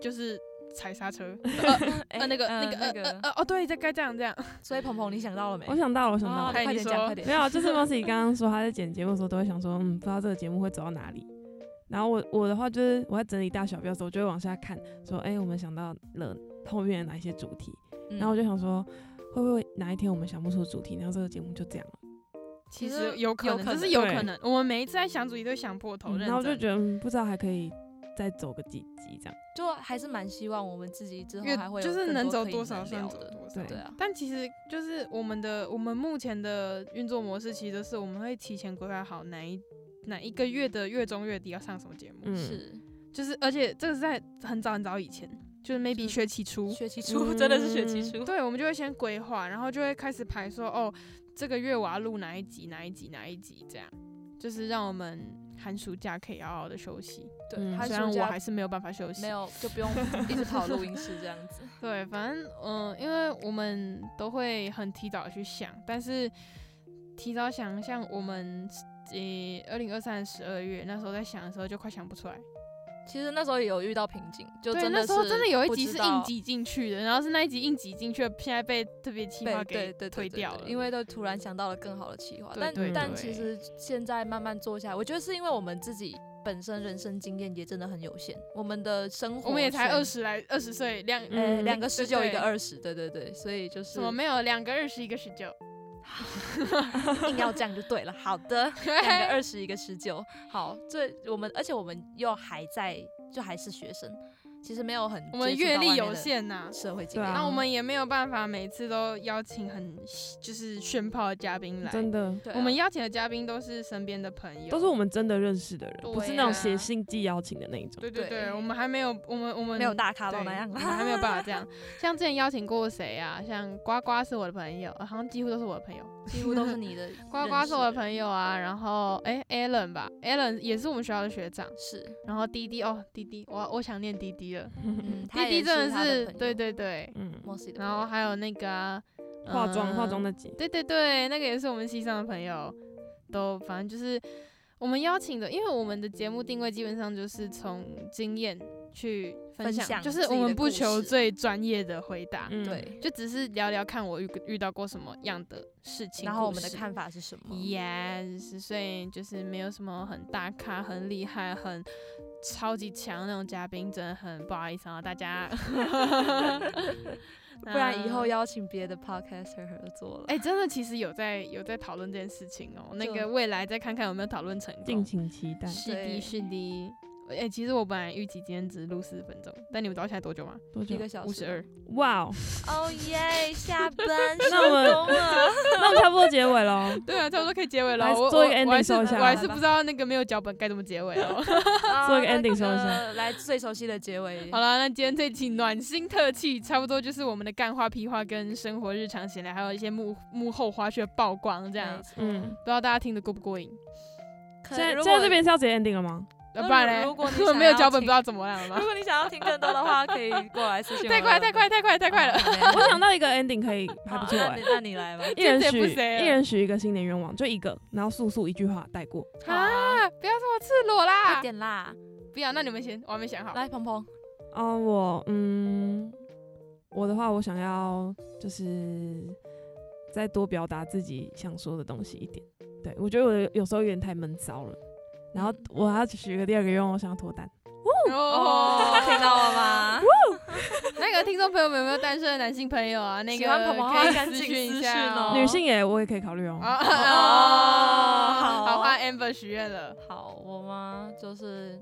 Speaker 1: 就是踩刹车，
Speaker 2: 哎
Speaker 1: 呃，那个、
Speaker 2: 呃
Speaker 1: 那个
Speaker 2: 那
Speaker 1: 呃
Speaker 2: 个
Speaker 1: 呃呃哦，对，这该这样这样，
Speaker 2: 所以鹏鹏，你想到了没？
Speaker 3: 我想到了，我想到
Speaker 2: 啊
Speaker 3: 了，
Speaker 1: 嗨
Speaker 2: 快
Speaker 1: 你
Speaker 2: 点讲，
Speaker 1: 说
Speaker 2: 快点。
Speaker 3: 没有，就是 Mossy 刚刚说他在剪节目的时候都会想说，嗯，不知道这个节目会走到哪里。然后我我的话就是我在整理大小标的时候，我就会往下看，说，哎、我们想到了后面哪一些主题。
Speaker 2: 嗯
Speaker 3: 然后我就想说，会不会哪一天我们想不出主题，然后这个节目就这样了？
Speaker 2: 其
Speaker 1: 其实
Speaker 2: 实
Speaker 1: 有可
Speaker 2: 有
Speaker 1: 能，
Speaker 2: 可
Speaker 1: 这是
Speaker 2: 能
Speaker 1: 有
Speaker 3: 对
Speaker 1: 可能。我们每一次在想主题都想破头，
Speaker 3: 嗯
Speaker 1: 认
Speaker 3: 然后我就
Speaker 1: 真
Speaker 3: 觉得、嗯不知道还可以再走个几集这样。
Speaker 2: 就还是蛮希望我们自己之后
Speaker 1: 越
Speaker 2: 还会有
Speaker 1: 就是
Speaker 2: 更
Speaker 1: 能走
Speaker 2: 可以
Speaker 1: 多少
Speaker 2: 能
Speaker 1: 算
Speaker 2: 聊
Speaker 1: 走
Speaker 2: 的。
Speaker 1: 多少。
Speaker 3: 对
Speaker 2: 对啊，
Speaker 1: 但其实就是我们的我们目前的运作模式，其实是我们会提前规划好哪一哪一个月的月中月底要上什么节目，
Speaker 3: 嗯，
Speaker 2: 是
Speaker 1: 就是而且这个是在很早很早以前，就是 maybe
Speaker 2: 是
Speaker 1: 学期初，
Speaker 2: 学期初，真的是学期
Speaker 3: 嗯
Speaker 2: 初。
Speaker 1: 对，我们就会先规划，然后就会开始排说，哦，这个月我要录哪一集，哪一集，哪一集，这样，就是让我们寒暑假可以好好的休息。
Speaker 2: 对，
Speaker 3: 嗯
Speaker 2: 他
Speaker 1: 虽然
Speaker 2: 暑
Speaker 1: 我
Speaker 2: 假
Speaker 1: 还是没有办法休息，
Speaker 2: 没有，就不 用一直跑录音室这样子。
Speaker 1: 对，反正嗯、呃因为我们都会很提早去想，但是提早想，像我们呃二零二三十二月那时候在想的时候，就快想不出来。
Speaker 2: 其实那时候也有遇到瓶颈，就
Speaker 1: 对，
Speaker 2: 真的
Speaker 1: 那时候
Speaker 2: 是
Speaker 1: 真的有一
Speaker 2: 不
Speaker 1: 集
Speaker 2: 知
Speaker 1: 是
Speaker 2: 道
Speaker 1: 硬挤进去的，然后是那一集硬挤进去，现在被特别企
Speaker 2: 被
Speaker 1: 划
Speaker 2: 对
Speaker 1: 给
Speaker 2: 对对
Speaker 1: 推
Speaker 2: 对
Speaker 1: 掉
Speaker 2: 对
Speaker 1: 了，
Speaker 2: 因为都突然想到了更好的企划。
Speaker 1: 对
Speaker 2: 但
Speaker 1: 对
Speaker 2: 但
Speaker 1: 对
Speaker 2: 其实现在慢慢做下来，我觉得是因为我们自己本身人生经验也真的很有限，我们的生活
Speaker 1: 我们也才
Speaker 2: 圈
Speaker 1: 二，十来二十岁，两
Speaker 2: 呃，
Speaker 3: 嗯
Speaker 2: 两个十九一
Speaker 1: 对
Speaker 2: 个二十，对对对，所以就是
Speaker 1: 什么没有两个二十一个十九，
Speaker 2: 硬要这样就对了。好 的，两个二十，一个十九。好，这我们，而且我们又还在，就还是学生，其实没有很
Speaker 1: 我们
Speaker 2: 接触到
Speaker 1: 阅历
Speaker 2: 外面
Speaker 1: 有
Speaker 2: 的
Speaker 1: 限呐、
Speaker 2: 社会经
Speaker 3: 对
Speaker 2: 验。
Speaker 3: 啊
Speaker 1: 那我们也没有办法每次都邀请很就是炫炮的嘉宾来，
Speaker 3: 真的
Speaker 2: 对啊
Speaker 1: 我们邀请的嘉宾都是身边的朋友，
Speaker 3: 都是我们真的认识的人，不是那
Speaker 1: 对啊
Speaker 3: 种写信寄邀请的那一种。
Speaker 1: 对对对，
Speaker 2: 对
Speaker 1: 我们还没有，我们我们
Speaker 2: 没有大咖到
Speaker 1: 对
Speaker 2: 那样
Speaker 1: 我
Speaker 2: 啦，
Speaker 1: 们还没有办法 这样。像之前邀请过谁啊？像呱呱是我的朋友，呃好像 几乎都是我的朋友。
Speaker 2: 几乎都是 你的
Speaker 1: 呱呱是我的朋友啊，然后哎、a l l n 吧，Allen 也是我们学校的学长。
Speaker 2: 是，
Speaker 1: 然后滴滴哦，滴滴，我我想念滴滴了，
Speaker 2: 嗯，他
Speaker 1: 滴滴
Speaker 2: 也
Speaker 1: 真
Speaker 2: 他的
Speaker 1: 是
Speaker 2: 朋友
Speaker 1: 对，对对。
Speaker 3: 嗯，
Speaker 2: Mossy 的朋
Speaker 1: 然后
Speaker 2: 友
Speaker 1: 还有那个啊、
Speaker 3: 化妆化
Speaker 1: 嗯
Speaker 3: 妆那集，
Speaker 1: 对对对，那个也是我们系上的朋友，都反正就是我们邀请的，因为我们的节目定位基本上就是从经验去分
Speaker 2: 分
Speaker 1: 享，
Speaker 2: 享
Speaker 1: 就
Speaker 2: 自
Speaker 1: 是
Speaker 2: 己
Speaker 1: 我
Speaker 2: 的
Speaker 1: 们
Speaker 2: 故
Speaker 1: 不求
Speaker 2: 事
Speaker 1: 最专业的回答，
Speaker 3: 嗯，
Speaker 2: 对，
Speaker 1: 就只是聊聊看我遇遇到过什么样的事情，
Speaker 2: 然后我
Speaker 1: 故
Speaker 2: 们的
Speaker 1: 事。
Speaker 2: 看法是什么？
Speaker 1: Yes，所以就是没有什么很大咖、很厉害、很超级强的那种嘉宾，真的很不好意思啊，大家。
Speaker 2: 不然以后
Speaker 1: 那
Speaker 2: 邀请别的 podcaster 合作了。
Speaker 1: 哎、真的，其实有在有在讨论这件事情哦。那
Speaker 2: 就
Speaker 1: 个未来再看看有没有讨论成
Speaker 3: 敬
Speaker 1: 功。
Speaker 3: 请期待。
Speaker 1: 是
Speaker 2: 对
Speaker 1: 的，是的。哎、其实我本来预计今天只录四十分钟，但你们知道现在多久吗？
Speaker 3: 多久
Speaker 2: 一？个小时，
Speaker 1: 五十二。
Speaker 3: 哇哦，
Speaker 2: 哦耶，下班收
Speaker 3: 那我们
Speaker 2: 工了。
Speaker 3: 那我们差不多结尾嗯喽。
Speaker 1: 对啊，差不多可以结尾了。
Speaker 3: 来
Speaker 1: 我
Speaker 3: 做一
Speaker 1: 我我
Speaker 3: 个
Speaker 1: 还
Speaker 3: ending
Speaker 1: 是
Speaker 3: 收一下
Speaker 1: 我还
Speaker 2: 吧
Speaker 1: 是不知道那个没有脚本该怎么结尾哦。
Speaker 3: 做
Speaker 2: 做
Speaker 3: 一个 ending 收一下
Speaker 2: 来最熟悉的结尾。
Speaker 1: 好了，那今天这期暖心特辑差不多就是我们的干话、屁话跟生活日常闲聊，还有一些幕幕后花絮的曝光这样。
Speaker 3: 嗯，
Speaker 1: 不知道大家听得过不过瘾？
Speaker 2: 可
Speaker 3: 现在
Speaker 2: 如
Speaker 3: 现在
Speaker 2: 果
Speaker 3: 这边是要直接 ending 了吗？
Speaker 1: 要
Speaker 2: 那
Speaker 1: 呃不然
Speaker 2: 如
Speaker 1: 嘞，
Speaker 2: 如果你
Speaker 1: 如果
Speaker 2: 想
Speaker 1: 没有
Speaker 2: 要
Speaker 1: 脚本，
Speaker 2: 听
Speaker 1: 不知道怎么样 了
Speaker 2: 如。果你想要听更多的话，可以过来私信我们。
Speaker 1: 太快，太快，太快，太快了！
Speaker 2: 了！
Speaker 3: 我 想到一个 ending 可以还不错
Speaker 2: 那
Speaker 3: 哎
Speaker 2: 你，那你来吧。
Speaker 3: 一人
Speaker 1: 这
Speaker 3: 许
Speaker 1: 不谁了
Speaker 3: 一人许一个新年愿望，就一个，然后速速一句话带过。
Speaker 1: 啊， 不要这么赤裸
Speaker 2: 快
Speaker 1: 啦！
Speaker 2: 点啦！
Speaker 1: 不要，那你们先，我还没想好。
Speaker 2: 来，鹏鹏，
Speaker 3: 哦，我嗯，我的话，我想要就是再多表达自己想说的东西一点。对我觉得我有有时候有点太闷骚了。然
Speaker 1: 嗯
Speaker 3: 后我还要许一个第二个愿望，我想要脱单。
Speaker 2: 哦，听到了 吗？
Speaker 1: 那个听众朋友们有没有单身的男性朋友啊？那
Speaker 2: 喜
Speaker 1: 个
Speaker 2: 欢鹏鹏的
Speaker 1: 可
Speaker 2: 话
Speaker 1: 以
Speaker 2: 赶
Speaker 1: 私
Speaker 2: 紧
Speaker 1: 讯
Speaker 2: 私
Speaker 1: 一下
Speaker 2: 讯哦
Speaker 3: 女性也我也可以考虑哦。
Speaker 1: 哦
Speaker 2: 哦好
Speaker 1: 好，换 Amber 许愿了。
Speaker 2: 好，我妈就是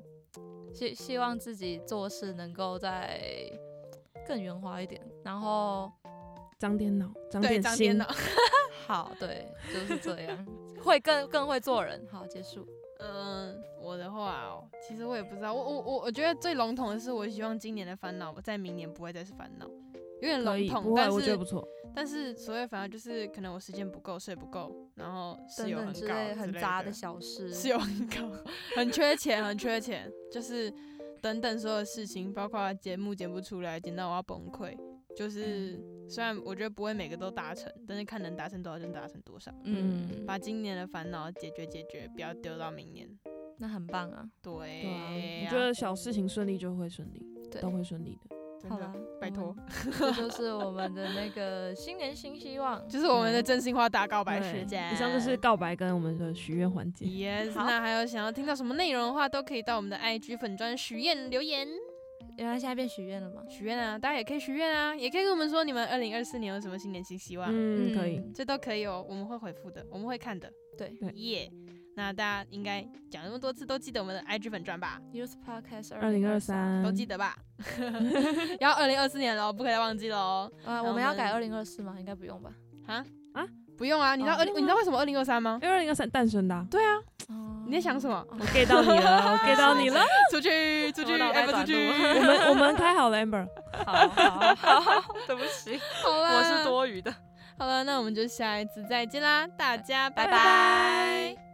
Speaker 2: 希希望自己做事能够再更圆滑一点，然后
Speaker 3: 长点脑，长
Speaker 1: 对，
Speaker 3: 点
Speaker 1: 张
Speaker 3: 心
Speaker 1: 天。脑。
Speaker 2: 好，对，就是这样，会更更会做人。好，结束。
Speaker 1: 嗯，我我的话、哦，其实我也不知道，我我我我觉得最笼统的是，我希望今年的烦恼在明年不会再是烦恼，有点
Speaker 3: 可
Speaker 1: 笼
Speaker 3: 以，不
Speaker 1: 统，
Speaker 3: 会，
Speaker 1: 但
Speaker 3: 我觉得
Speaker 1: 是
Speaker 3: 不错。
Speaker 1: 但是所谓烦恼就是可能我时间不够，睡不够，然后室
Speaker 2: 等
Speaker 1: 友
Speaker 2: 等
Speaker 1: 很
Speaker 2: 之
Speaker 1: 高
Speaker 2: 类很渣
Speaker 1: 的
Speaker 2: 的小事，
Speaker 1: 室友很高，很缺钱，很缺钱，就是等等所有事情，包括节目剪不出来，剪到我要崩溃。就是
Speaker 3: 嗯
Speaker 1: 虽然我觉得不会每个都达成，但是看能达成多少就能达成多少，
Speaker 2: 嗯，
Speaker 1: 把今年的烦恼解决解决，不要丢到明年。
Speaker 2: 那很棒啊。
Speaker 1: 对
Speaker 3: 对啊，
Speaker 1: 哎呀
Speaker 3: 你觉得小事情顺利就会顺利，
Speaker 2: 对
Speaker 3: 都会顺利的。
Speaker 1: 真
Speaker 2: 好
Speaker 1: 的
Speaker 2: 啦，
Speaker 1: 拜
Speaker 2: 我
Speaker 1: 托
Speaker 2: 们，这就是我们的那个新年新希望。
Speaker 1: 就是我们的真心话大告白
Speaker 3: 对
Speaker 1: 时间。
Speaker 3: 以上就是告白跟我们的许愿环节。
Speaker 1: Yes，
Speaker 2: 好
Speaker 1: 那还有想要听到什么内容的话，都可以到我们的 IG 粉专许愿留言
Speaker 2: 原来现在变许愿了吗？
Speaker 1: 许愿啊，大家也可以许愿啊，也可以跟我们说你们二零二四年有什么新年新希望，
Speaker 3: 嗯，可以。
Speaker 1: 这都可以哦，我们会回复的，我们会看的。
Speaker 2: 对
Speaker 3: 对
Speaker 1: 耶那大家应该讲那么多次都记得我们的 IG 粉专吧，
Speaker 2: ，Youth Podcast
Speaker 1: 嗯
Speaker 3: 二零二三
Speaker 1: 都记得吧？ 要二零二四年喽，不可以再忘记哦喽。
Speaker 2: 啊，
Speaker 1: 后
Speaker 2: 我们要
Speaker 1: 我们
Speaker 2: 改二零二四吗？应该不用吧？
Speaker 1: 啊
Speaker 3: 啊，
Speaker 1: 不用啊，你知道
Speaker 2: 哦
Speaker 1: 二零、你知道为什么二零二三吗？
Speaker 3: 因为二零二三诞生的啊、
Speaker 1: 对啊，
Speaker 2: 哦
Speaker 1: 你在想什么？
Speaker 3: 我 get 到你了，我 get 到你了。
Speaker 1: 出去，出去，
Speaker 2: 我脑袋
Speaker 1: 哎，不出
Speaker 2: 短路
Speaker 1: 去。
Speaker 3: 我们我们开好 了，amber。
Speaker 2: 好好好， 好对不 起，
Speaker 1: 好啦，
Speaker 2: 我是多余的。
Speaker 1: 好了，那我们就下一次再见啦，大家拜
Speaker 2: 拜拜
Speaker 1: 拜